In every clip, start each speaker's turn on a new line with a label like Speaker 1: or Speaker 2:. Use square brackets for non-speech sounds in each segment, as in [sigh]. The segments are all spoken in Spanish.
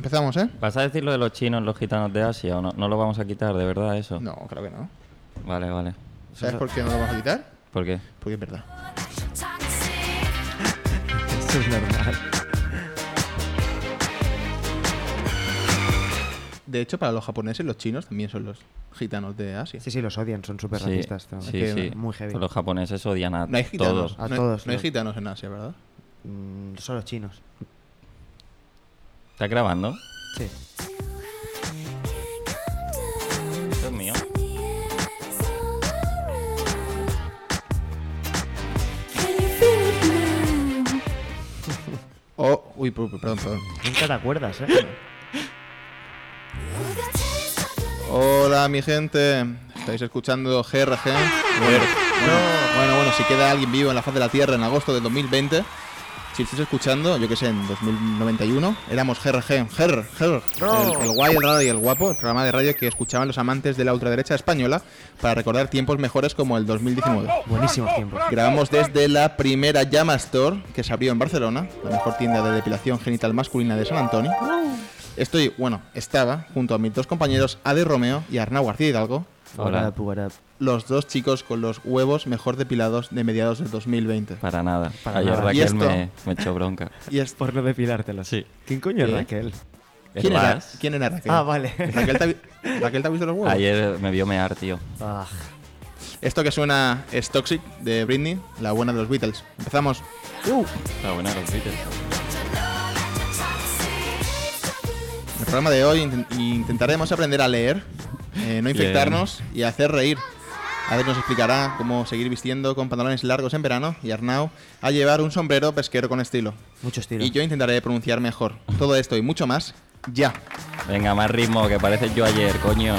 Speaker 1: empezamos, ¿eh?
Speaker 2: ¿Vas a decir lo de los chinos, los gitanos de Asia o no? ¿No lo vamos a quitar, de verdad, eso?
Speaker 1: No, creo que no.
Speaker 2: Vale, vale.
Speaker 1: ¿Sabes por qué no lo vamos a quitar?
Speaker 2: ¿Por qué?
Speaker 1: Porque Pues es verdad.
Speaker 2: [laughs] Eso es normal.
Speaker 1: De hecho, para los japoneses, los chinos también son los gitanos de Asia.
Speaker 3: Sí, sí, los odian, son súper
Speaker 2: Sí,
Speaker 3: racistas. todo.
Speaker 2: sí,
Speaker 1: Es que
Speaker 2: sí.
Speaker 3: muy heavy.
Speaker 2: Los japoneses odian a
Speaker 1: No hay gitanos.
Speaker 2: todos.
Speaker 3: A
Speaker 1: no hay-
Speaker 3: todos,
Speaker 1: no hay
Speaker 3: sí.
Speaker 1: gitanos en Asia, ¿verdad?
Speaker 3: Mm, son los chinos.
Speaker 2: ¿Estás grabando?
Speaker 3: Sí.
Speaker 2: Eso es mío.
Speaker 1: O... Oh, Uy, pu- pu- perdón, perdón.
Speaker 3: Nunca te acuerdas, ¿eh?
Speaker 1: Hola, mi gente. Estáis escuchando GRG. Bueno, bueno, bueno, si queda alguien vivo en la faz de la Tierra en agosto del 2020, si estáis escuchando, yo que sé, en 2091, éramos GRG. GR, GR. El, el guay, el raro y el guapo, el programa de radio que escuchaban los amantes de la ultraderecha española para recordar tiempos mejores como el 2019.
Speaker 3: Buenísimos tiempos.
Speaker 1: Grabamos desde la primera Llama Store que se abrió en Barcelona, la mejor tienda de depilación genital masculina de San Antonio. Estoy, bueno, estaba junto a mis dos compañeros Ade Romeo y Arnau García Hidalgo,
Speaker 2: Hola.
Speaker 3: What up, what up.
Speaker 1: los dos chicos con los huevos mejor depilados de mediados del 2020.
Speaker 2: Para nada.
Speaker 3: Para
Speaker 2: Ayer
Speaker 3: nada.
Speaker 1: ¿Y
Speaker 2: Raquel
Speaker 1: esto?
Speaker 2: me, me echó bronca.
Speaker 1: Y es-
Speaker 3: Por no depilártelo.
Speaker 2: Sí.
Speaker 3: ¿Quién coño es
Speaker 1: ¿Eh?
Speaker 3: Raquel?
Speaker 1: ¿quién, era,
Speaker 2: Vas.
Speaker 1: ¿Quién era Raquel?
Speaker 3: Ah, vale.
Speaker 1: Raquel, te ha, vi-
Speaker 3: [laughs]
Speaker 1: Raquel te ha visto los huevos?
Speaker 2: Ayer me vio mear, tío.
Speaker 3: Ah,
Speaker 1: Esto que suena es Toxic de Britney, la buena de los Beatles. Empezamos.
Speaker 2: Está buena los Beatles.
Speaker 1: En el programa de hoy inten- intentaremos aprender a leer, eh, no infectarnos y hacer reír. Adri nos explicará cómo seguir vistiendo con pantalones largos en verano y Arnau a llevar un sombrero pesquero con estilo.
Speaker 3: muchos tiros.
Speaker 1: Y yo intentaré pronunciar mejor. Todo esto y mucho más, ya.
Speaker 2: Venga, más ritmo, que pareces yo ayer, coño.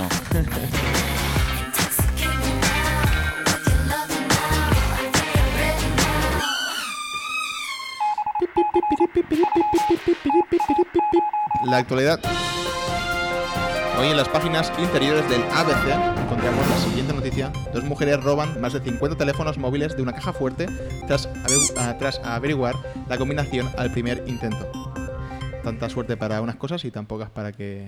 Speaker 1: La actualidad. Hoy en las páginas interiores del ABC encontramos la siguiente noticia. Dos mujeres roban más de 50 teléfonos móviles de una caja fuerte tras, averigu- ah, tras averiguar la combinación al primer intento. Tanta suerte para unas cosas y tan pocas para que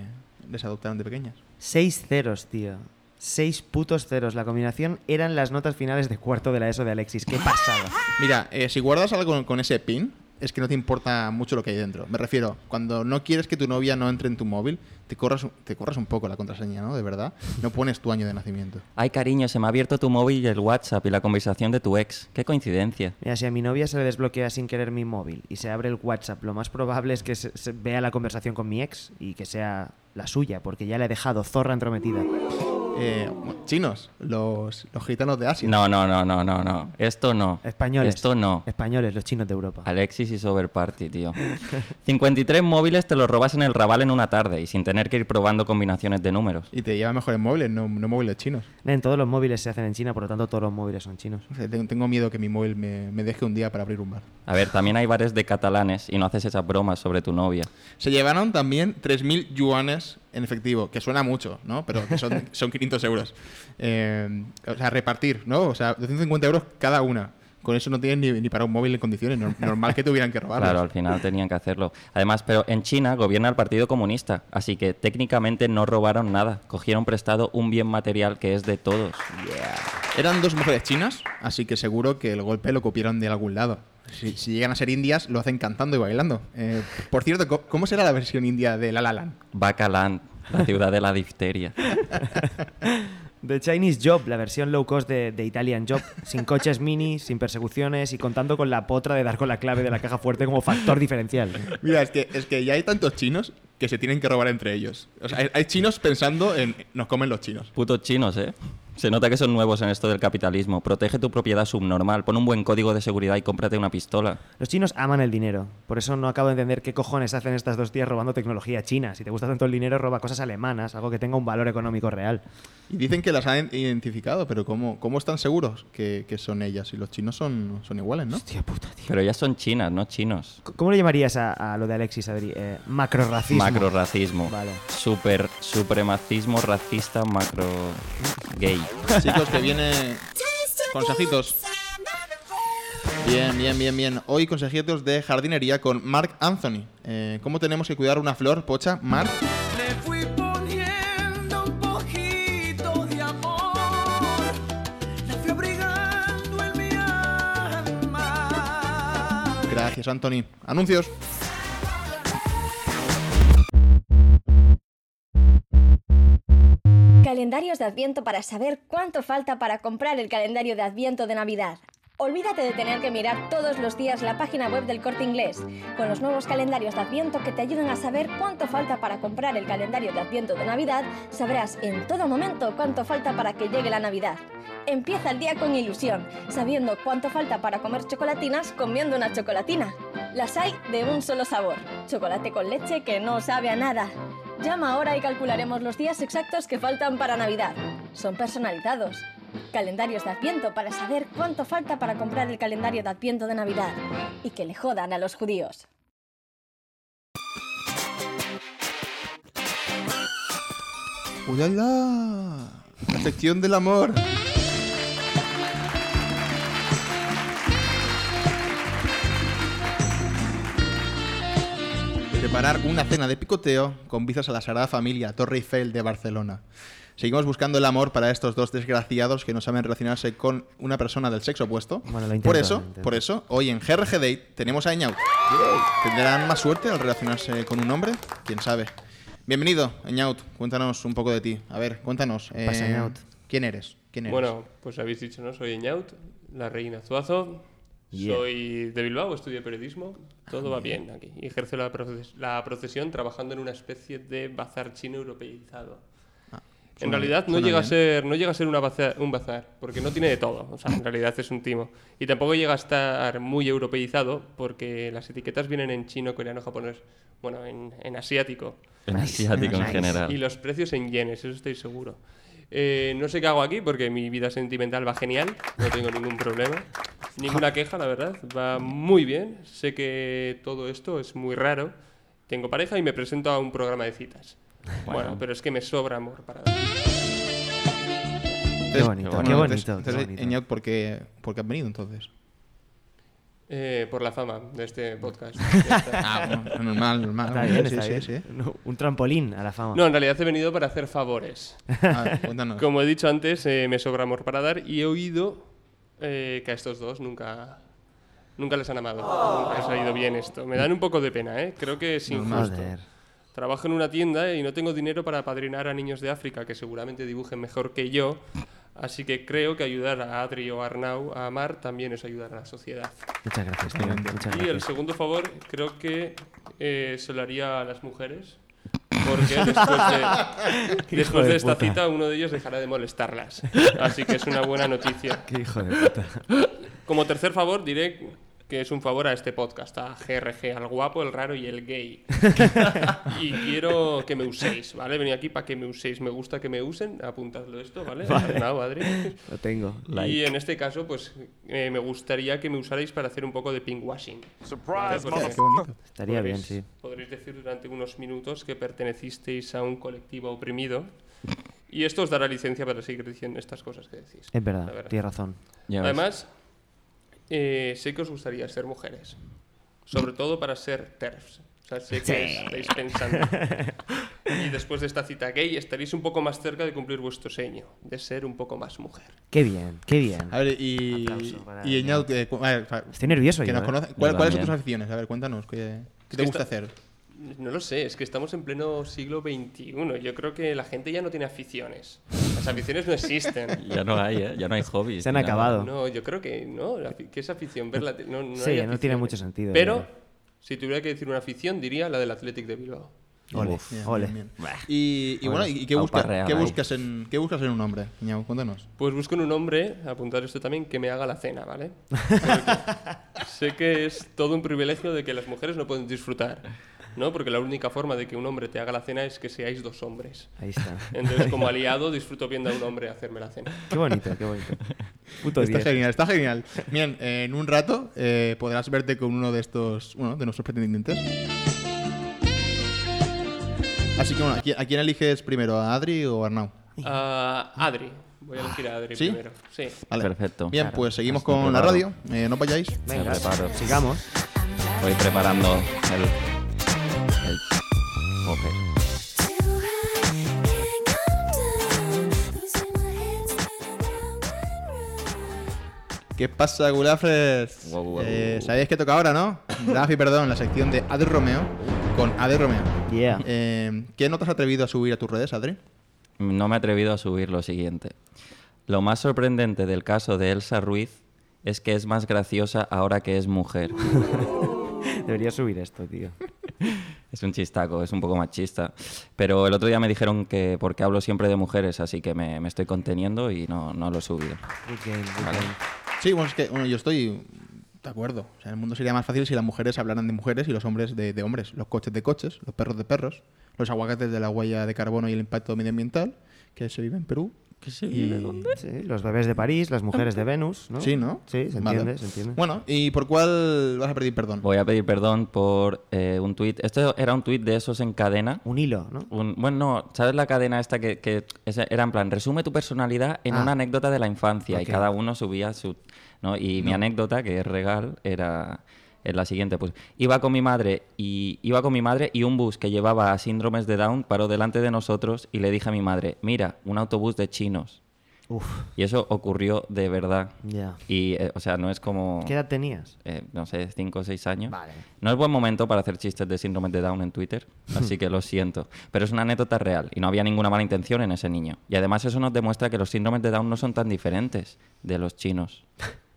Speaker 1: les adoptaran de pequeñas.
Speaker 3: Seis ceros, tío. Seis putos ceros. La combinación eran las notas finales de cuarto de la ESO de Alexis. ¡Qué pasada!
Speaker 1: Mira, eh, si guardas algo con, con ese pin, es que no te importa mucho lo que hay dentro. Me refiero, cuando no quieres que tu novia no entre en tu móvil, te corras, te corras un poco la contraseña, ¿no? De verdad. No pones tu año de nacimiento.
Speaker 2: Ay, cariño, se me ha abierto tu móvil y el WhatsApp y la conversación de tu ex. Qué coincidencia.
Speaker 3: Mira, si a mi novia se le desbloquea sin querer mi móvil y se abre el WhatsApp, lo más probable es que se, se vea la conversación con mi ex y que sea la suya, porque ya le he dejado zorra entrometida.
Speaker 1: Eh, bueno, chinos, los, los gitanos de Asia.
Speaker 2: No, no, no, no, no, no. Esto no.
Speaker 3: Españoles.
Speaker 2: Esto no.
Speaker 3: Españoles, los chinos de Europa.
Speaker 2: Alexis is over party, tío. 53 móviles te los robas en el Raval en una tarde y sin tener que ir probando combinaciones de números.
Speaker 1: Y te lleva mejor en móviles, no, no móviles chinos.
Speaker 3: En todos los móviles se hacen en China, por lo tanto todos los móviles son chinos.
Speaker 1: O sea, te- Tengo miedo que mi móvil me, me deje un día para abrir un bar.
Speaker 2: A ver, también hay bares de catalanes y no haces esas bromas sobre tu novia.
Speaker 1: Se llevaron también 3.000 yuanes en efectivo, que suena mucho, ¿no? Pero que [laughs] son, son 500 euros. Eh, o sea, repartir, ¿no? O sea, 250 euros cada una. Con eso no tienen ni, ni para un móvil en condiciones. Nor- normal que tuvieran que robarlos.
Speaker 2: Claro, al final tenían que hacerlo. Además, pero en China gobierna el Partido Comunista, así que técnicamente no robaron nada, cogieron prestado un bien material que es de todos.
Speaker 1: Eran dos mujeres chinas, así que seguro que el golpe lo copiaron de algún lado. Si, si llegan a ser indias, lo hacen cantando y bailando. Eh, por cierto, co- ¿cómo será la versión india de La La Land?
Speaker 2: Bacaland, la ciudad de la difteria.
Speaker 3: The Chinese Job, la versión low cost de, de Italian Job, sin coches mini, [laughs] sin persecuciones y contando con la potra de dar con la clave de la caja fuerte como factor diferencial.
Speaker 1: Mira, es que, es que ya hay tantos chinos que se tienen que robar entre ellos. O sea, hay, hay chinos pensando en nos comen los chinos.
Speaker 2: Putos chinos, ¿eh? Se nota que son nuevos en esto del capitalismo. Protege tu propiedad subnormal, pon un buen código de seguridad y cómprate una pistola.
Speaker 3: Los chinos aman el dinero, por eso no acabo de entender qué cojones hacen estas dos tías robando tecnología china. Si te gusta tanto el dinero, roba cosas alemanas, algo que tenga un valor económico real.
Speaker 1: Y dicen que las han identificado, pero ¿cómo, cómo están seguros que, que son ellas? Y los chinos son, son iguales, ¿no?
Speaker 3: Hostia puta, tío.
Speaker 2: Pero ellas son chinas, no chinos.
Speaker 3: C- ¿Cómo le llamarías a, a lo de Alexis, Adri? Eh, macrorracismo.
Speaker 2: Macro-racismo.
Speaker 3: Vale.
Speaker 2: Super, supremacismo racista macro-gay.
Speaker 1: Chicos, que viene... Consejitos. Bien, bien, bien, bien. Hoy consejitos de jardinería con Mark Anthony. Eh, ¿Cómo tenemos que cuidar una flor, pocha? Mark.
Speaker 4: Le fui poniendo un poquito de amor, la fui abrigando en mi alma.
Speaker 1: Gracias, Anthony. Anuncios.
Speaker 5: Calendarios de Adviento para saber cuánto falta para comprar el calendario de Adviento de Navidad. Olvídate de tener que mirar todos los días la página web del corte inglés, con los nuevos calendarios de Adviento que te ayudan a saber cuánto falta para comprar el calendario de Adviento de Navidad, sabrás en todo momento cuánto falta para que llegue la Navidad. Empieza el día con ilusión, sabiendo cuánto falta para comer chocolatinas comiendo una chocolatina. Las hay de un solo sabor, chocolate con leche que no sabe a nada. Llama ahora y calcularemos los días exactos que faltan para Navidad. Son personalizados. Calendarios de Adviento para saber cuánto falta para comprar el calendario de Adviento de Navidad. Y que le jodan a los judíos.
Speaker 1: ¡Uyala! La sección del amor. Preparar una cena de picoteo con vistas a la Sagrada Familia Torre Eiffel de Barcelona. Seguimos buscando el amor para estos dos desgraciados que no saben relacionarse con una persona del sexo opuesto.
Speaker 3: Bueno, lo intento,
Speaker 1: por eso,
Speaker 3: lo intento.
Speaker 1: por eso, hoy en GRG Date tenemos a Eñau. ¿Tendrán más suerte al relacionarse con un hombre? ¿Quién sabe? Bienvenido, Eñaut. Cuéntanos un poco de ti. A ver, cuéntanos. eh,
Speaker 3: pasa, Eñaut?
Speaker 1: ¿Quién eres? ¿Quién eres?
Speaker 6: Bueno, pues habéis dicho, ¿no? Soy Ñaut, la reina Zuazo.
Speaker 2: Yeah.
Speaker 6: Soy de Bilbao, estudio periodismo. Todo va bien aquí. Y ejerzo la, proces- la profesión trabajando en una especie de bazar chino europeizado. en
Speaker 1: Ah, suena-
Speaker 6: realidad no
Speaker 1: suena
Speaker 6: llega, a
Speaker 1: bien.
Speaker 6: ser, no llega a ser una baza- un bazar, porque no tiene de todo. O sea, en realidad es un timo. Y tampoco llega a estar muy europeizado, porque las etiquetas vienen en chino, coreano, japonés. Bueno, en, en asiático.
Speaker 2: En
Speaker 3: Nice,
Speaker 2: asiático en
Speaker 3: nice.
Speaker 2: general.
Speaker 6: Y los precios en yenes, eso estoy seguro. Eh, no sé qué hago aquí porque mi vida sentimental va genial, no tengo ningún problema, ninguna queja, la verdad, va muy bien. Sé que todo esto es muy raro. Tengo pareja y me presento a un programa de citas. Bueno,
Speaker 2: Bueno.
Speaker 6: pero es que me sobra amor para dar.
Speaker 1: Entonces-
Speaker 3: bonito,
Speaker 1: bueno,
Speaker 3: qué bonito,
Speaker 1: entonces-
Speaker 3: qué
Speaker 1: entonces,
Speaker 3: bonito.
Speaker 1: Eñaut, ¿por qué, por qué has venido entonces?
Speaker 6: Eh, por la fama de este podcast.
Speaker 1: [laughs] Ah, bueno, normal, normal.
Speaker 3: Está bien,
Speaker 1: sí,
Speaker 3: está
Speaker 1: sí,
Speaker 3: bien.
Speaker 1: sí.
Speaker 3: No, Un trampolín a la fama.
Speaker 6: No, en realidad he venido para hacer favores.
Speaker 1: A ver, Ah, cuéntanos.
Speaker 6: Como he dicho antes, eh, me sobra amor para dar y he oído eh, que a estos dos nunca, nunca les han amado. Nunca les ha ido bien esto. Me dan un poco de pena, ¿eh? Creo que es injusto.
Speaker 3: Joder.
Speaker 6: Trabajo en una tienda y no tengo dinero para apadrinar a niños de África, que seguramente dibujen mejor que yo. Así que creo que ayudar a Adri o Arnau a amar también es ayudar a la sociedad.
Speaker 3: Muchas gracias, tío, Muchas
Speaker 6: Y el
Speaker 3: gracias.
Speaker 6: segundo favor creo que eh, se lo haría a las mujeres. Porque después de,
Speaker 3: [laughs] Hijo
Speaker 6: después
Speaker 3: de
Speaker 6: de esta
Speaker 3: puta.
Speaker 6: cita uno de ellos dejará de
Speaker 3: [laughs]
Speaker 6: molestarlas. Así que es una buena noticia.
Speaker 3: Qué hijo de puta.
Speaker 6: Como tercer favor diré que es un favor a este podcast, a GRG, al guapo, el raro y el
Speaker 3: [laughs]
Speaker 6: gay. Y quiero que me uséis, ¿vale? Venid aquí para que me uséis. Me gusta que me usen, apuntadlo esto, ¿vale?
Speaker 3: Vale.
Speaker 6: Arnau, Adri.
Speaker 3: Lo tengo.
Speaker 6: Y
Speaker 2: Like.
Speaker 6: en este caso, pues eh, me gustaría que me usarais para hacer un poco de pinkwashing.
Speaker 4: Surprise,
Speaker 6: Vale, porque-
Speaker 1: Qué bonito.
Speaker 3: Estaría bien,
Speaker 6: podréis,
Speaker 3: sí.
Speaker 6: podréis decir durante unos minutos que pertenecisteis a un colectivo oprimido y esto os dará licencia para seguir diciendo estas cosas que decís.
Speaker 3: Es
Speaker 6: La
Speaker 3: verdad, tienes razón.
Speaker 2: Ya ves.
Speaker 6: Además, eh, sé que os gustaría ser mujeres, sobre todo para ser TERFs. O sea, sé que estáis pensando. Y después de esta cita gay estaréis un poco más cerca de cumplir vuestro sueño, de ser un poco más mujer.
Speaker 3: Qué bien, qué bien.
Speaker 1: A ver, y.
Speaker 3: Aplauso para
Speaker 1: Y
Speaker 3: Eñaut.
Speaker 1: Eñaut, eh, cu- a ver, fa-
Speaker 3: Estoy nervioso
Speaker 1: que
Speaker 3: yo,
Speaker 1: nos
Speaker 3: eh.
Speaker 1: conoce-
Speaker 2: Yo
Speaker 1: ¿cuál- ¿Cuáles son
Speaker 2: también.
Speaker 1: tus aficiones? A ver, cuéntanos. ¿Qué, qué te
Speaker 6: que
Speaker 1: gusta
Speaker 6: esta-
Speaker 1: hacer?
Speaker 6: No lo sé, es que estamos en pleno siglo XXI. Yo creo que la gente ya no tiene aficiones. Las aficiones no existen.
Speaker 2: [laughs] Ya no hay, ¿eh? Ya no hay hobbies.
Speaker 3: Se han
Speaker 2: ni nada.
Speaker 3: acabado.
Speaker 6: No, yo creo que no. la afi- ¿Qué es afición? Ver la te- no, no
Speaker 3: Sí,
Speaker 6: hay
Speaker 3: no tiene
Speaker 6: aficiones.
Speaker 3: mucho sentido,
Speaker 6: Pero,
Speaker 3: ya.
Speaker 6: si tuviera que decir una afición, diría la del Athletic de Bilbao.
Speaker 3: Ole,
Speaker 2: Uf.
Speaker 1: Bien,
Speaker 3: ole. eh.
Speaker 1: bien, bien. Y, y bueno, ¿y qué,
Speaker 2: Aupa
Speaker 1: busca-
Speaker 2: real
Speaker 1: qué
Speaker 2: ahí.
Speaker 1: buscas, en, qué buscas en un hombre? Eñaut, cuéntanos.
Speaker 6: Pues busco en un hombre, apuntar esto también, que me haga la cena,
Speaker 1: [laughs]
Speaker 6: ¿vale? Porque sé que es todo un privilegio de que las mujeres no pueden disfrutar, ¿no? Porque la única forma de que un hombre te haga la cena es que seáis dos hombres.
Speaker 3: Ahí está.
Speaker 6: Entonces, como aliado, disfruto viendo a un hombre hacerme la cena.
Speaker 3: Qué bonito, qué bonito. Puto
Speaker 1: Está
Speaker 3: 10.
Speaker 1: genial, está genial. Bien, eh, en un rato eh, podrás verte con uno de estos, uno de nuestros pretendientes. Así que bueno, ¿a quién, a quién eliges primero? ¿A Adri o a Arnau?
Speaker 6: Ah, Adri. Voy a elegir a Adri
Speaker 1: ¿Sí?
Speaker 6: primero. Sí.
Speaker 1: Vale.
Speaker 2: Perfecto.
Speaker 1: Bien,
Speaker 2: Claro.
Speaker 1: pues seguimos
Speaker 2: Estoy
Speaker 1: con la
Speaker 2: preparado.
Speaker 1: radio. Eh, no os vayáis.
Speaker 3: Venga,
Speaker 2: Me preparo.
Speaker 3: sigamos.
Speaker 2: Voy preparando el. el. póker.
Speaker 1: ¿Qué pasa, Gulafres?
Speaker 2: Wow, wow,
Speaker 1: Eh,
Speaker 2: wow.
Speaker 1: Sabéis que toca ahora, ¿no? Rafi, perdón, la sección de Adri Romeo con Adri Romeo.
Speaker 3: Yeah.
Speaker 1: Eh, ¿Qué no te has atrevido a subir a tus redes, Adri?
Speaker 2: No me he atrevido a subir lo siguiente. Lo más sorprendente del caso de Elsa Ruiz es que es más graciosa ahora que es
Speaker 3: [laughs]
Speaker 2: mujer.
Speaker 3: Debería subir esto, tío.
Speaker 2: Es un chistaco, es un poco machista. Pero el otro día me dijeron que porque hablo siempre de mujeres, así que me, me estoy conteniendo y no, no lo he subido.
Speaker 3: Good game, good
Speaker 2: Vale.
Speaker 3: game.
Speaker 1: Sí, bueno, es que bueno, yo estoy de acuerdo. O sea, el mundo sería más fácil si las mujeres hablaran de mujeres y los hombres de, de hombres. Los coches de coches, los perros de perros, los aguacates de la huella de carbono y el impacto medioambiental, que se vive en Perú. ¿Que se vive
Speaker 3: Sí, los bebés de París, las mujeres de Venus, ¿no?
Speaker 1: Sí, ¿no?
Speaker 3: Sí, se entiende,
Speaker 1: Vale.
Speaker 3: se entiende.
Speaker 1: Bueno, ¿y por cuál vas a pedir perdón?
Speaker 2: Voy a pedir perdón por eh, un tuit. Esto era un tuit de esos en cadena.
Speaker 3: Un hilo, ¿no?
Speaker 2: Un- bueno, no, ¿sabes la cadena esta que, que esa- era en plan, resume tu personalidad en
Speaker 1: Ah.
Speaker 2: una anécdota de la infancia
Speaker 3: Ok.
Speaker 2: y cada uno subía su... ¿no? Y mi anécdota, que es regal, era es la siguiente. Pues iba con mi madre y iba con mi madre y un bus que llevaba a síndromes de Down paró delante de nosotros y le dije a mi madre, mira, un autobús de chinos.
Speaker 3: Uf,
Speaker 2: Y eso ocurrió de verdad.
Speaker 3: ya.
Speaker 2: Y, eh, o sea, no es como...
Speaker 3: ¿Qué edad tenías?
Speaker 2: eh, no sé, 5 o 6 años.
Speaker 3: Vale.
Speaker 2: No es buen momento para hacer chistes de síndrome de Down en
Speaker 3: [laughs]
Speaker 2: Twitter, así que lo siento. Pero es una anécdota real y no había ninguna mala intención en ese niño. Y además eso nos demuestra que los síndromes de Down no son tan diferentes de los chinos.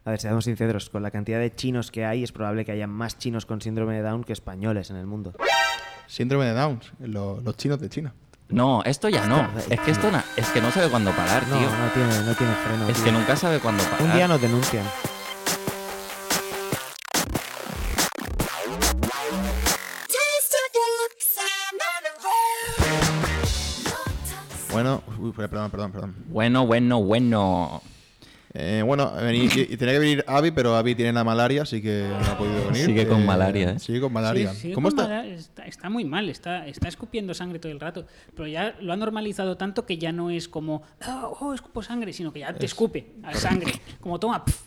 Speaker 3: A ver, seamos sinceros, con la cantidad de chinos que hay, es probable que haya más chinos con síndrome de Down que españoles en el mundo.
Speaker 1: Síndrome de Downs, lo- los chinos de China.
Speaker 2: No, esto ya no. Es que esto na- es que no sabe cuándo parar,
Speaker 3: Ah, No,
Speaker 2: tío.
Speaker 3: no tiene, no tiene freno.
Speaker 2: Es
Speaker 3: tío.
Speaker 2: que nunca sabe cuándo parar.
Speaker 3: Un día nos denuncian.
Speaker 1: Bueno, uy, perdón, perdón, perdón.
Speaker 2: Bueno, bueno, bueno.
Speaker 1: Eh, bueno, vení- y- y tenía que venir Avi, pero Avi tiene la malaria, así que no ha podido venir.
Speaker 2: Sigue con malaria, ¿eh?
Speaker 1: Sigue con
Speaker 7: Sí,
Speaker 1: malaria.
Speaker 7: sigue
Speaker 1: ¿Cómo
Speaker 7: con
Speaker 1: está?
Speaker 7: mala- está? está muy mal, está, está escupiendo sangre todo el rato, pero ya lo ha normalizado tanto que ya no es como, "Ah, oh, escupo sangre, sino que ya te escupe a sangre, como toma, pf.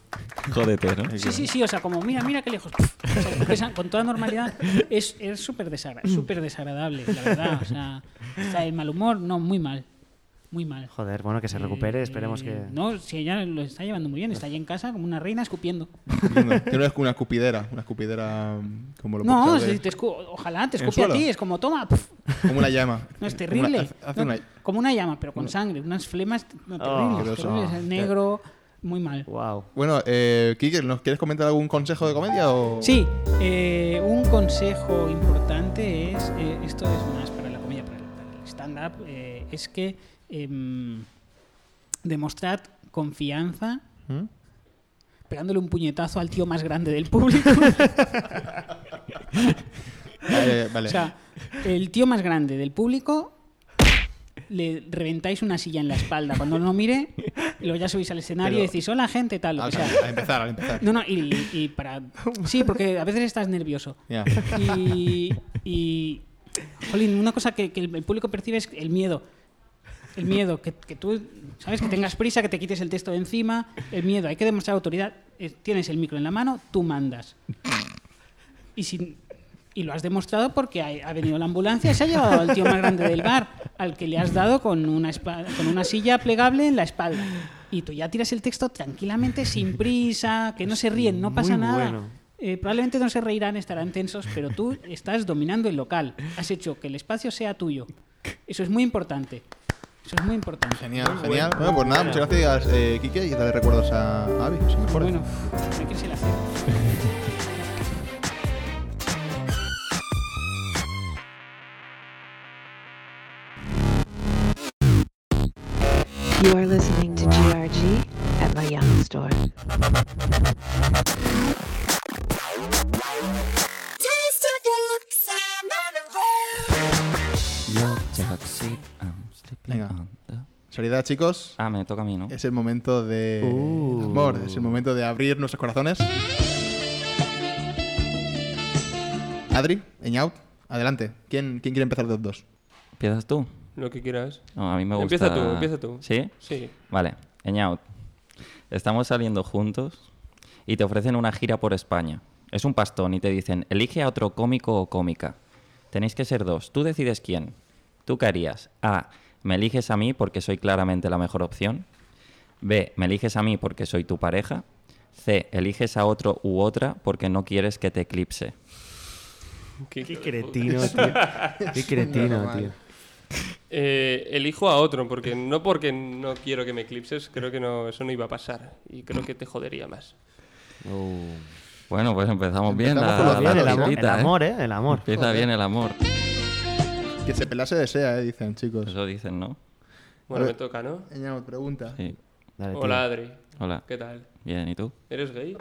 Speaker 2: Jódete, ¿no?
Speaker 7: sí, sí, sí, o sea, como mira, mira qué lejos, pf. O sea, escupe sang- con toda normalidad, es es súper
Speaker 1: [laughs]
Speaker 7: desagra- súper desagradable, la verdad, o sea, está el mal humor, no, muy mal, muy mal.
Speaker 3: Joder, bueno, que se recupere, esperemos que...
Speaker 7: Eh, No, si ella lo está llevando muy bien, está allí en casa como una reina escupiendo.
Speaker 1: Tiene una, una escupidera, una escupidera mm, como lo
Speaker 7: No,
Speaker 1: puedes saber,
Speaker 7: si te escu- ojalá te
Speaker 1: ¿En el
Speaker 7: escupe a
Speaker 1: suelo?
Speaker 7: ti, es como toma, pf.
Speaker 1: como una llama.
Speaker 7: [laughs] No, es
Speaker 1: Como
Speaker 7: terrible.
Speaker 1: una- hace- hace
Speaker 7: No,
Speaker 1: una-
Speaker 7: Como una llama, pero con sangre. Unas flemas no, terribles.
Speaker 1: Asqueroso.
Speaker 7: terribles.
Speaker 1: Ah.
Speaker 7: Negro, muy mal.
Speaker 3: Wow.
Speaker 1: Bueno, eh, Kike, ¿nos quieres comentar algún consejo de comedia o
Speaker 7: Sí, eh, un consejo importante es, eh, esto es más para la comedia, para el, para el stand-up, eh, es que em, demostrad confianza
Speaker 1: ¿Mm?
Speaker 7: pegándole un puñetazo al tío más grande del público.
Speaker 1: Eh, vale.
Speaker 7: O sea, el tío más grande del público le reventáis una silla en la espalda cuando no mire y luego ya subís al escenario
Speaker 1: Pero-
Speaker 7: y decís hola gente tal
Speaker 1: Ah,
Speaker 7: o
Speaker 1: o
Speaker 7: sea,
Speaker 1: sea, a empezar, a empezar.
Speaker 7: no no y, y para sí porque a veces estás nervioso [laughs]
Speaker 1: Ya.
Speaker 7: y, y jolín, una cosa que, que el público percibe es el miedo el miedo que, que tú sabes que tengas prisa que te quites el texto de encima el miedo hay que demostrar autoridad Eh, tienes el micro en la mano tú mandas y si y lo has demostrado porque ha, ha venido la ambulancia y se ha llevado al tío más grande del bar, al que le has dado con una, espa- con una silla plegable en la espalda. Y tú ya tiras el texto tranquilamente, sin prisa, que no se ríen, no pasa
Speaker 3: Muy
Speaker 7: nada.
Speaker 3: bueno.
Speaker 7: Eh, probablemente no se reirán, estarán tensos, pero tú [laughs] estás dominando el local. Has hecho que el espacio sea tuyo. Eso es muy importante. Eso es muy importante.
Speaker 1: Genial, genial. Bueno, pues nada, muchas gracias, eh, Kike, y dale recuerdos a a Avi, que se mejora.
Speaker 7: [laughs] Bueno, hay que irse la cena.
Speaker 8: You are listening to GRG at my young store.
Speaker 2: Yo, Jackson, I'm sleeping
Speaker 1: Venga.
Speaker 2: on the-
Speaker 1: Seriedad, chicos.
Speaker 2: Ah, me toca a mí, ¿no?
Speaker 1: Es el momento de
Speaker 3: Uh.
Speaker 1: amor, es el momento de abrir nuestros corazones. Adri, Eñaut, adelante. ¿Quién, ¿Quién quiere empezar de los dos?
Speaker 2: ¿Empiezas tú?
Speaker 6: lo que quieras.
Speaker 2: No, a mí me gusta.
Speaker 6: Empieza tú, empieza tú.
Speaker 2: ¿Sí?
Speaker 6: Sí.
Speaker 2: Vale. Eñao, estamos saliendo juntos y te ofrecen una gira por España. Es un pastón y te dicen, elige a otro cómico o cómica. Tenéis que ser dos. Tú decides quién. ¿Tú qué harías? A. Me eliges a mí porque soy claramente la mejor opción. B. Me eliges a mí porque soy tu pareja. C. Eliges a otro u otra porque no quieres que te eclipse.
Speaker 3: Qué
Speaker 6: hijo de puta.
Speaker 3: cretino, tío.
Speaker 6: [laughs]
Speaker 3: Qué cretino, tío.
Speaker 6: Eh, elijo a otro, porque no porque no quiero que me eclipses, creo que no, eso no iba a pasar. Y creo que te jodería más.
Speaker 3: Oh.
Speaker 2: Bueno, pues empezamos bien
Speaker 1: Empezamos
Speaker 2: la,
Speaker 1: con los
Speaker 2: la
Speaker 1: pies,
Speaker 3: Bien, el,
Speaker 1: la
Speaker 3: amor,
Speaker 2: partidita,
Speaker 3: el
Speaker 2: ¿eh?
Speaker 3: amor, ¿eh? El amor.
Speaker 2: Empieza bien el amor.
Speaker 1: Que se pelase desea, eh, dicen, chicos.
Speaker 2: Eso dicen, ¿no?
Speaker 6: Bueno,
Speaker 1: A
Speaker 6: me
Speaker 1: ver.
Speaker 6: toca, ¿no?
Speaker 1: Eñao, pregunta.
Speaker 2: Sí.
Speaker 3: Dale, tío.
Speaker 6: Hola, Adri.
Speaker 2: Hola.
Speaker 6: ¿Qué tal?
Speaker 2: Bien, ¿y tú?
Speaker 6: ¿Eres gay?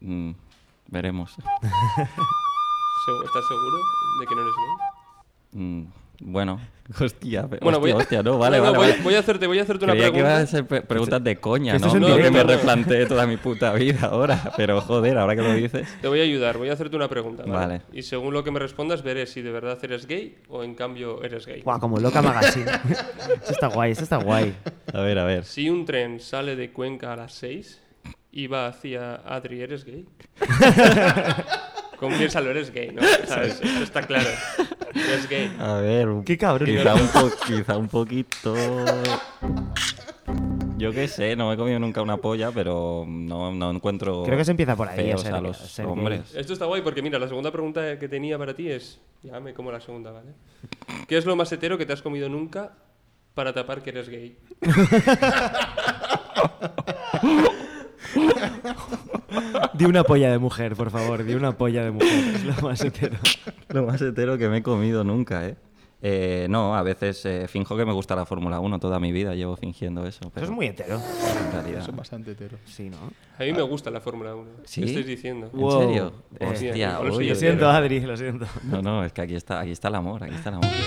Speaker 2: Mm, [laughs] veremos.
Speaker 6: ¿Segu- ¿Estás seguro de que no eres gay?
Speaker 2: Mm, bueno, hostia, pe-
Speaker 6: Bueno,
Speaker 2: hostia,
Speaker 6: voy a...
Speaker 2: hostia, no, vale,
Speaker 6: No, no,
Speaker 2: vale.
Speaker 6: voy,
Speaker 2: vale.
Speaker 6: voy a hacerte, voy a hacerte una
Speaker 2: Creía que iban
Speaker 6: pregunta.
Speaker 2: a ser pre- preguntas de coña,
Speaker 3: esto
Speaker 2: ¿no?
Speaker 3: es en
Speaker 2: Yo que
Speaker 6: directo.
Speaker 2: me replanteé toda mi puta vida ahora, pero joder, ahora que lo dices.
Speaker 6: Te voy a ayudar, voy a hacerte una pregunta. ¿vale?
Speaker 2: Vale.
Speaker 6: Y según lo que me respondas, veré si de verdad eres gay o en cambio eres gay.
Speaker 3: Guau, como loca
Speaker 6: [laughs]
Speaker 3: magazine. Eso está guay, eso está guay.
Speaker 2: A ver, a ver.
Speaker 6: Si un tren sale de Cuenca a las 6 y va hacia Adri, ¿eres
Speaker 2: [laughs]
Speaker 6: gay? Confiésalo, eres gay, ¿no? ¿Sabes? Eso está claro. Eres gay.
Speaker 2: A ver, un-
Speaker 3: Qué cabrón.
Speaker 2: Quizá un, po- quizá un poquito. Yo qué sé, no me he comido nunca una polla, pero no, no encuentro.
Speaker 3: Creo que se empieza por ahí,
Speaker 2: feos
Speaker 3: a ser-
Speaker 2: a
Speaker 3: a
Speaker 2: los
Speaker 3: ser gay.
Speaker 2: hombres.
Speaker 6: Esto está guay porque, mira, la segunda pregunta que tenía para ti es... Ya me como la segunda, ¿vale? ¿Qué es lo más hetero que te has comido nunca para tapar que eres gay?
Speaker 3: [laughs] Di una polla de mujer, por favor. Di una polla de mujer. Es lo más entero.
Speaker 2: [laughs] Lo más hetero que me he comido nunca, ¿eh? Eh, no, a veces eh, finjo que me gusta la Fórmula 1 toda mi vida, llevo fingiendo eso.
Speaker 3: Eso
Speaker 2: pero
Speaker 3: es muy entero.
Speaker 2: en realidad.
Speaker 1: Son bastante hetero.
Speaker 3: Sí, ¿no?
Speaker 6: A mí me gusta la Fórmula 1.
Speaker 2: ¿Sí?
Speaker 6: ¿Qué estáis diciendo?
Speaker 2: ¿En
Speaker 3: Wow.
Speaker 2: serio?
Speaker 3: Eh,
Speaker 2: Hostia,
Speaker 6: lo
Speaker 2: uy,
Speaker 6: siento.
Speaker 2: uy,
Speaker 3: Lo
Speaker 2: uy.
Speaker 3: siento, Adri, lo siento.
Speaker 2: No, no, es que aquí está, aquí está el amor, aquí está el amor.
Speaker 6: [laughs]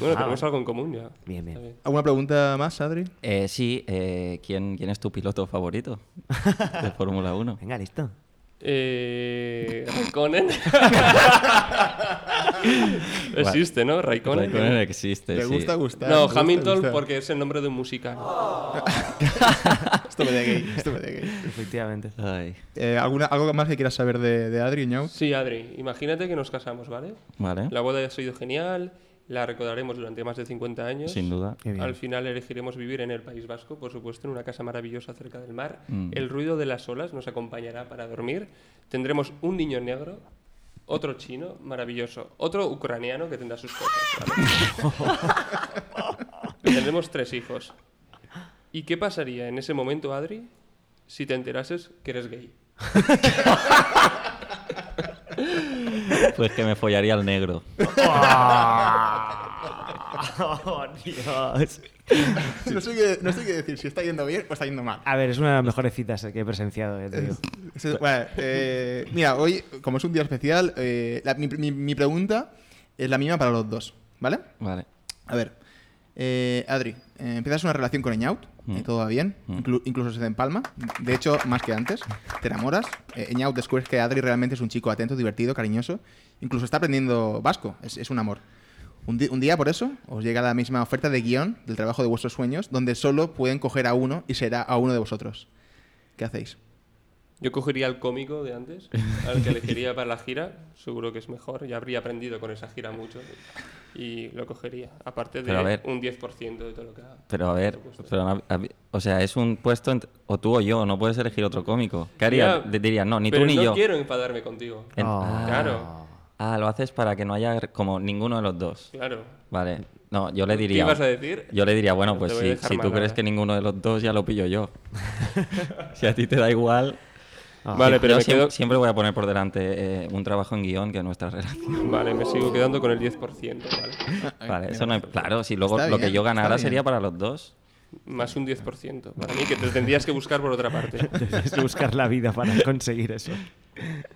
Speaker 6: Bueno, tenemos algo en común ya.
Speaker 3: Bien,
Speaker 6: Está
Speaker 3: bien.
Speaker 6: bien.
Speaker 1: ¿Alguna pregunta más, Adri?
Speaker 2: Eh, sí, eh, ¿quién, ¿quién es tu piloto favorito de Fórmula 1?
Speaker 3: [laughs] Venga, listo.
Speaker 6: Eh,
Speaker 2: [laughs]
Speaker 6: Raikkonen. Existe, ¿no? Raikkonen.
Speaker 2: Raikkonen existe,
Speaker 1: ¿Te
Speaker 2: sí.
Speaker 1: gusta gustar?
Speaker 6: No,
Speaker 1: ¿Te gusta
Speaker 6: Hamilton
Speaker 1: gustar?
Speaker 6: porque es el nombre de un musical.
Speaker 1: [laughs] Esto me da gay, esto me da gay.
Speaker 3: Efectivamente.
Speaker 2: Ay,
Speaker 1: Eh, ¿alguna, ¿Algo más que quieras saber de, de Adri, Ñau?
Speaker 6: Sí, Adri, imagínate que nos casamos, ¿vale?
Speaker 2: vale,
Speaker 6: La boda ha sido genial, la recordaremos durante más de 50 años.
Speaker 2: sin duda.
Speaker 3: Qué bien.
Speaker 6: Al final elegiremos vivir en el País Vasco, por supuesto, en una casa maravillosa cerca del mar. El ruido de las olas nos acompañará para dormir. Tendremos un niño negro, otro chino, maravilloso, otro ucraniano que tendrá sus cosas. ¿vale? Tendremos tres hijos. ¿Y qué pasaría en ese momento, Adri, si te enterases que eres gay?
Speaker 2: Pues que me follaría al
Speaker 3: [laughs]
Speaker 2: negro. Ah.
Speaker 6: [laughs]
Speaker 3: ¡Oh, Dios!
Speaker 1: [laughs] No sé, qué, no sé qué decir, si está yendo bien o está yendo mal.
Speaker 3: A ver, es una de las mejores citas que he presenciado, eh, te digo.
Speaker 1: Sí, bueno, eh, mira, hoy, como es un día especial, eh, la- mi, mi- mi pregunta es la misma para los dos, ¿vale?
Speaker 2: Vale.
Speaker 1: A ver, eh, Adri, eh, empiezas una relación con Eñaut,
Speaker 3: Mm.
Speaker 1: eh, todo va bien, inclu- incluso se den palma, de hecho, más que antes, te enamoras, eh, Eñaut descubres que Adri realmente es un chico atento, divertido, cariñoso, incluso está aprendiendo vasco, es, es un amor. Un, di- un día por eso os llega la misma oferta de guión del trabajo de vuestros sueños, donde solo pueden coger a uno y será a uno de vosotros. ¿Qué hacéis?
Speaker 6: Yo cogería al cómico de antes, al que elegiría para la gira, seguro que es mejor, ya habría aprendido con esa gira mucho y lo cogería, aparte de
Speaker 2: Pero a ver.
Speaker 6: un 10% de todo lo que haga.
Speaker 2: Pero a ver,
Speaker 6: Por supuesto.
Speaker 2: pero no hab- hab- o sea, es un puesto ent- o tú o yo, no puedes elegir otro cómico. ¿Qué
Speaker 6: Ya,
Speaker 2: haría? D- Diría, no, ni
Speaker 6: pero
Speaker 2: tú ni
Speaker 6: no
Speaker 2: yo.
Speaker 6: quiero enfadarme contigo.
Speaker 2: En- ah,
Speaker 6: Claro,
Speaker 2: ah, lo haces para que no haya r- como ninguno de los dos.
Speaker 6: claro.
Speaker 2: Vale. No, yo le
Speaker 6: ¿Qué
Speaker 2: diría.
Speaker 6: ibas a decir?
Speaker 2: Yo le diría, bueno,
Speaker 6: Te
Speaker 2: pues
Speaker 6: voy a
Speaker 2: si,
Speaker 6: dejar
Speaker 2: si
Speaker 6: mal ¿eh?
Speaker 2: tú crees
Speaker 6: ahora.
Speaker 2: que ninguno de los dos ya lo pillo yo. [laughs] si a ti te da igual.
Speaker 6: Vale,
Speaker 1: Ah.
Speaker 2: yo
Speaker 6: pero me
Speaker 2: siem-
Speaker 6: quedo-
Speaker 2: siempre voy a poner por delante eh, un trabajo en guión que nuestra [laughs] relación.
Speaker 6: Vale, me sigo quedando con el 10%, ¿vale?
Speaker 2: Vale, eso no hay- Claro, si luego
Speaker 1: Está
Speaker 2: lo
Speaker 1: bien,
Speaker 2: que yo
Speaker 1: está
Speaker 2: ganara
Speaker 1: bien.
Speaker 2: sería para los dos.
Speaker 6: Más un 10%. Para mí, que te tendrías que buscar por otra
Speaker 3: [laughs]
Speaker 6: parte.
Speaker 3: Tienes que buscar la
Speaker 2: [laughs]
Speaker 3: vida para conseguir eso.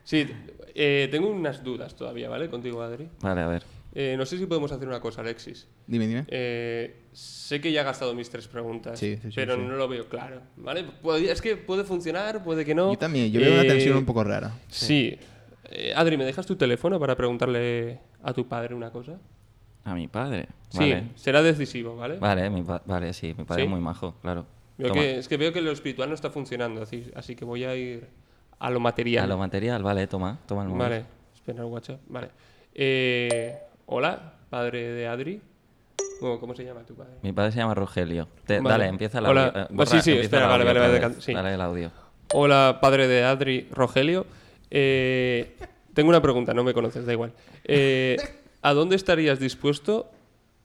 Speaker 6: Sí, eh, tengo unas dudas todavía, ¿vale? Contigo, Adri.
Speaker 2: Vale, a ver.
Speaker 6: Eh, no sé si podemos hacer una cosa, Alexis.
Speaker 1: Dime, dime.
Speaker 6: Eh, sé que ya he gastado mis tres preguntas,
Speaker 1: Sí, sí, sí,
Speaker 6: pero
Speaker 1: sí.
Speaker 6: no lo veo claro. ¿vale? Puede- es que puede funcionar, puede que no.
Speaker 1: Yo también, yo veo una
Speaker 6: Eh,
Speaker 1: tensión un poco rara.
Speaker 6: Sí. Eh, Adri, ¿me dejas tu teléfono para preguntarle a tu padre una cosa?
Speaker 2: A mi padre.
Speaker 6: Sí,
Speaker 2: Vale.
Speaker 6: será decisivo, ¿vale?
Speaker 2: Vale, mi pa- vale, sí, mi padre
Speaker 6: ¿Sí?
Speaker 2: es muy majo, claro.
Speaker 6: Veo
Speaker 2: Toma,
Speaker 6: que, es que veo que lo espiritual no está funcionando, así, así que voy a ir a lo material.
Speaker 2: A lo material, vale, toma, toma el móvil.
Speaker 6: Vale, espera el WhatsApp. Vale. Eh, hola, padre de Adri. Bueno, ¿Cómo se llama tu padre?
Speaker 2: Mi padre se llama Rogelio. Te-
Speaker 6: Vale.
Speaker 2: Dale, empieza el
Speaker 6: Hola.
Speaker 2: audio. eh,
Speaker 6: Ah, sí, sí,
Speaker 2: empieza el
Speaker 6: espera, vale, vale,
Speaker 2: audio otra
Speaker 6: vale,
Speaker 2: vez.
Speaker 6: sí.
Speaker 2: Dale el audio.
Speaker 6: Hola, padre de Adri, Rogelio. Eh, tengo una pregunta, no me conoces, da igual. Eh, ¿A dónde estarías dispuesto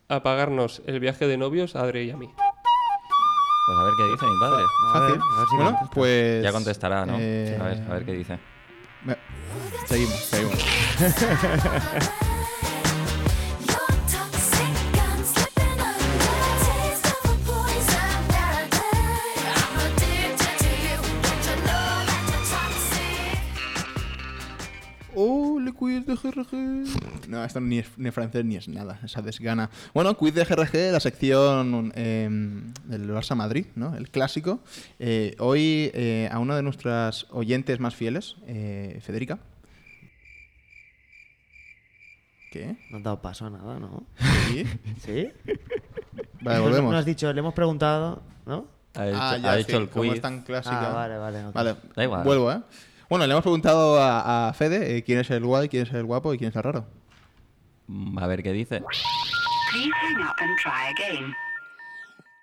Speaker 6: a pagarnos el viaje de novios a Adri y a mí?
Speaker 2: Pues a ver qué dice mi padre.
Speaker 3: A ver,
Speaker 1: Fácil.
Speaker 3: a ver si
Speaker 1: bueno,
Speaker 3: contesta.
Speaker 1: pues.
Speaker 2: Ya contestará, ¿no?
Speaker 1: eh,
Speaker 2: A ver, a ver qué dice.
Speaker 1: me- Seguimos, seguimos.
Speaker 2: [laughs]
Speaker 1: Oh, le quiz de GRG. No, esto ni es, ni es francés ni es nada, esa desgana. Bueno, quiz de GRG, la sección eh, del Barça Madrid, ¿no? El clásico. Eh, hoy eh, a una de nuestras oyentes más fieles, eh, Federica. ¿Qué?
Speaker 3: No has dado paso a nada, ¿no?
Speaker 1: ¿Sí?
Speaker 3: ¿Sí?
Speaker 1: [laughs]
Speaker 3: [laughs]
Speaker 1: Vale,
Speaker 3: No-
Speaker 1: volvemos.
Speaker 3: No has dicho, le hemos preguntado, ¿no?
Speaker 2: Ha hecho,
Speaker 1: Ah,
Speaker 2: ha
Speaker 1: ya, sí,
Speaker 2: hecho el
Speaker 1: como
Speaker 2: quiz.
Speaker 1: es tan clásica.
Speaker 3: Ah, vale, vale. ok.
Speaker 1: Vale,
Speaker 2: Da igual.
Speaker 1: vuelvo, ¿eh? Bueno, le hemos preguntado a, a Fede eh, quién es el guay, quién es el guapo y quién es el raro.
Speaker 2: Mm, A ver qué dice.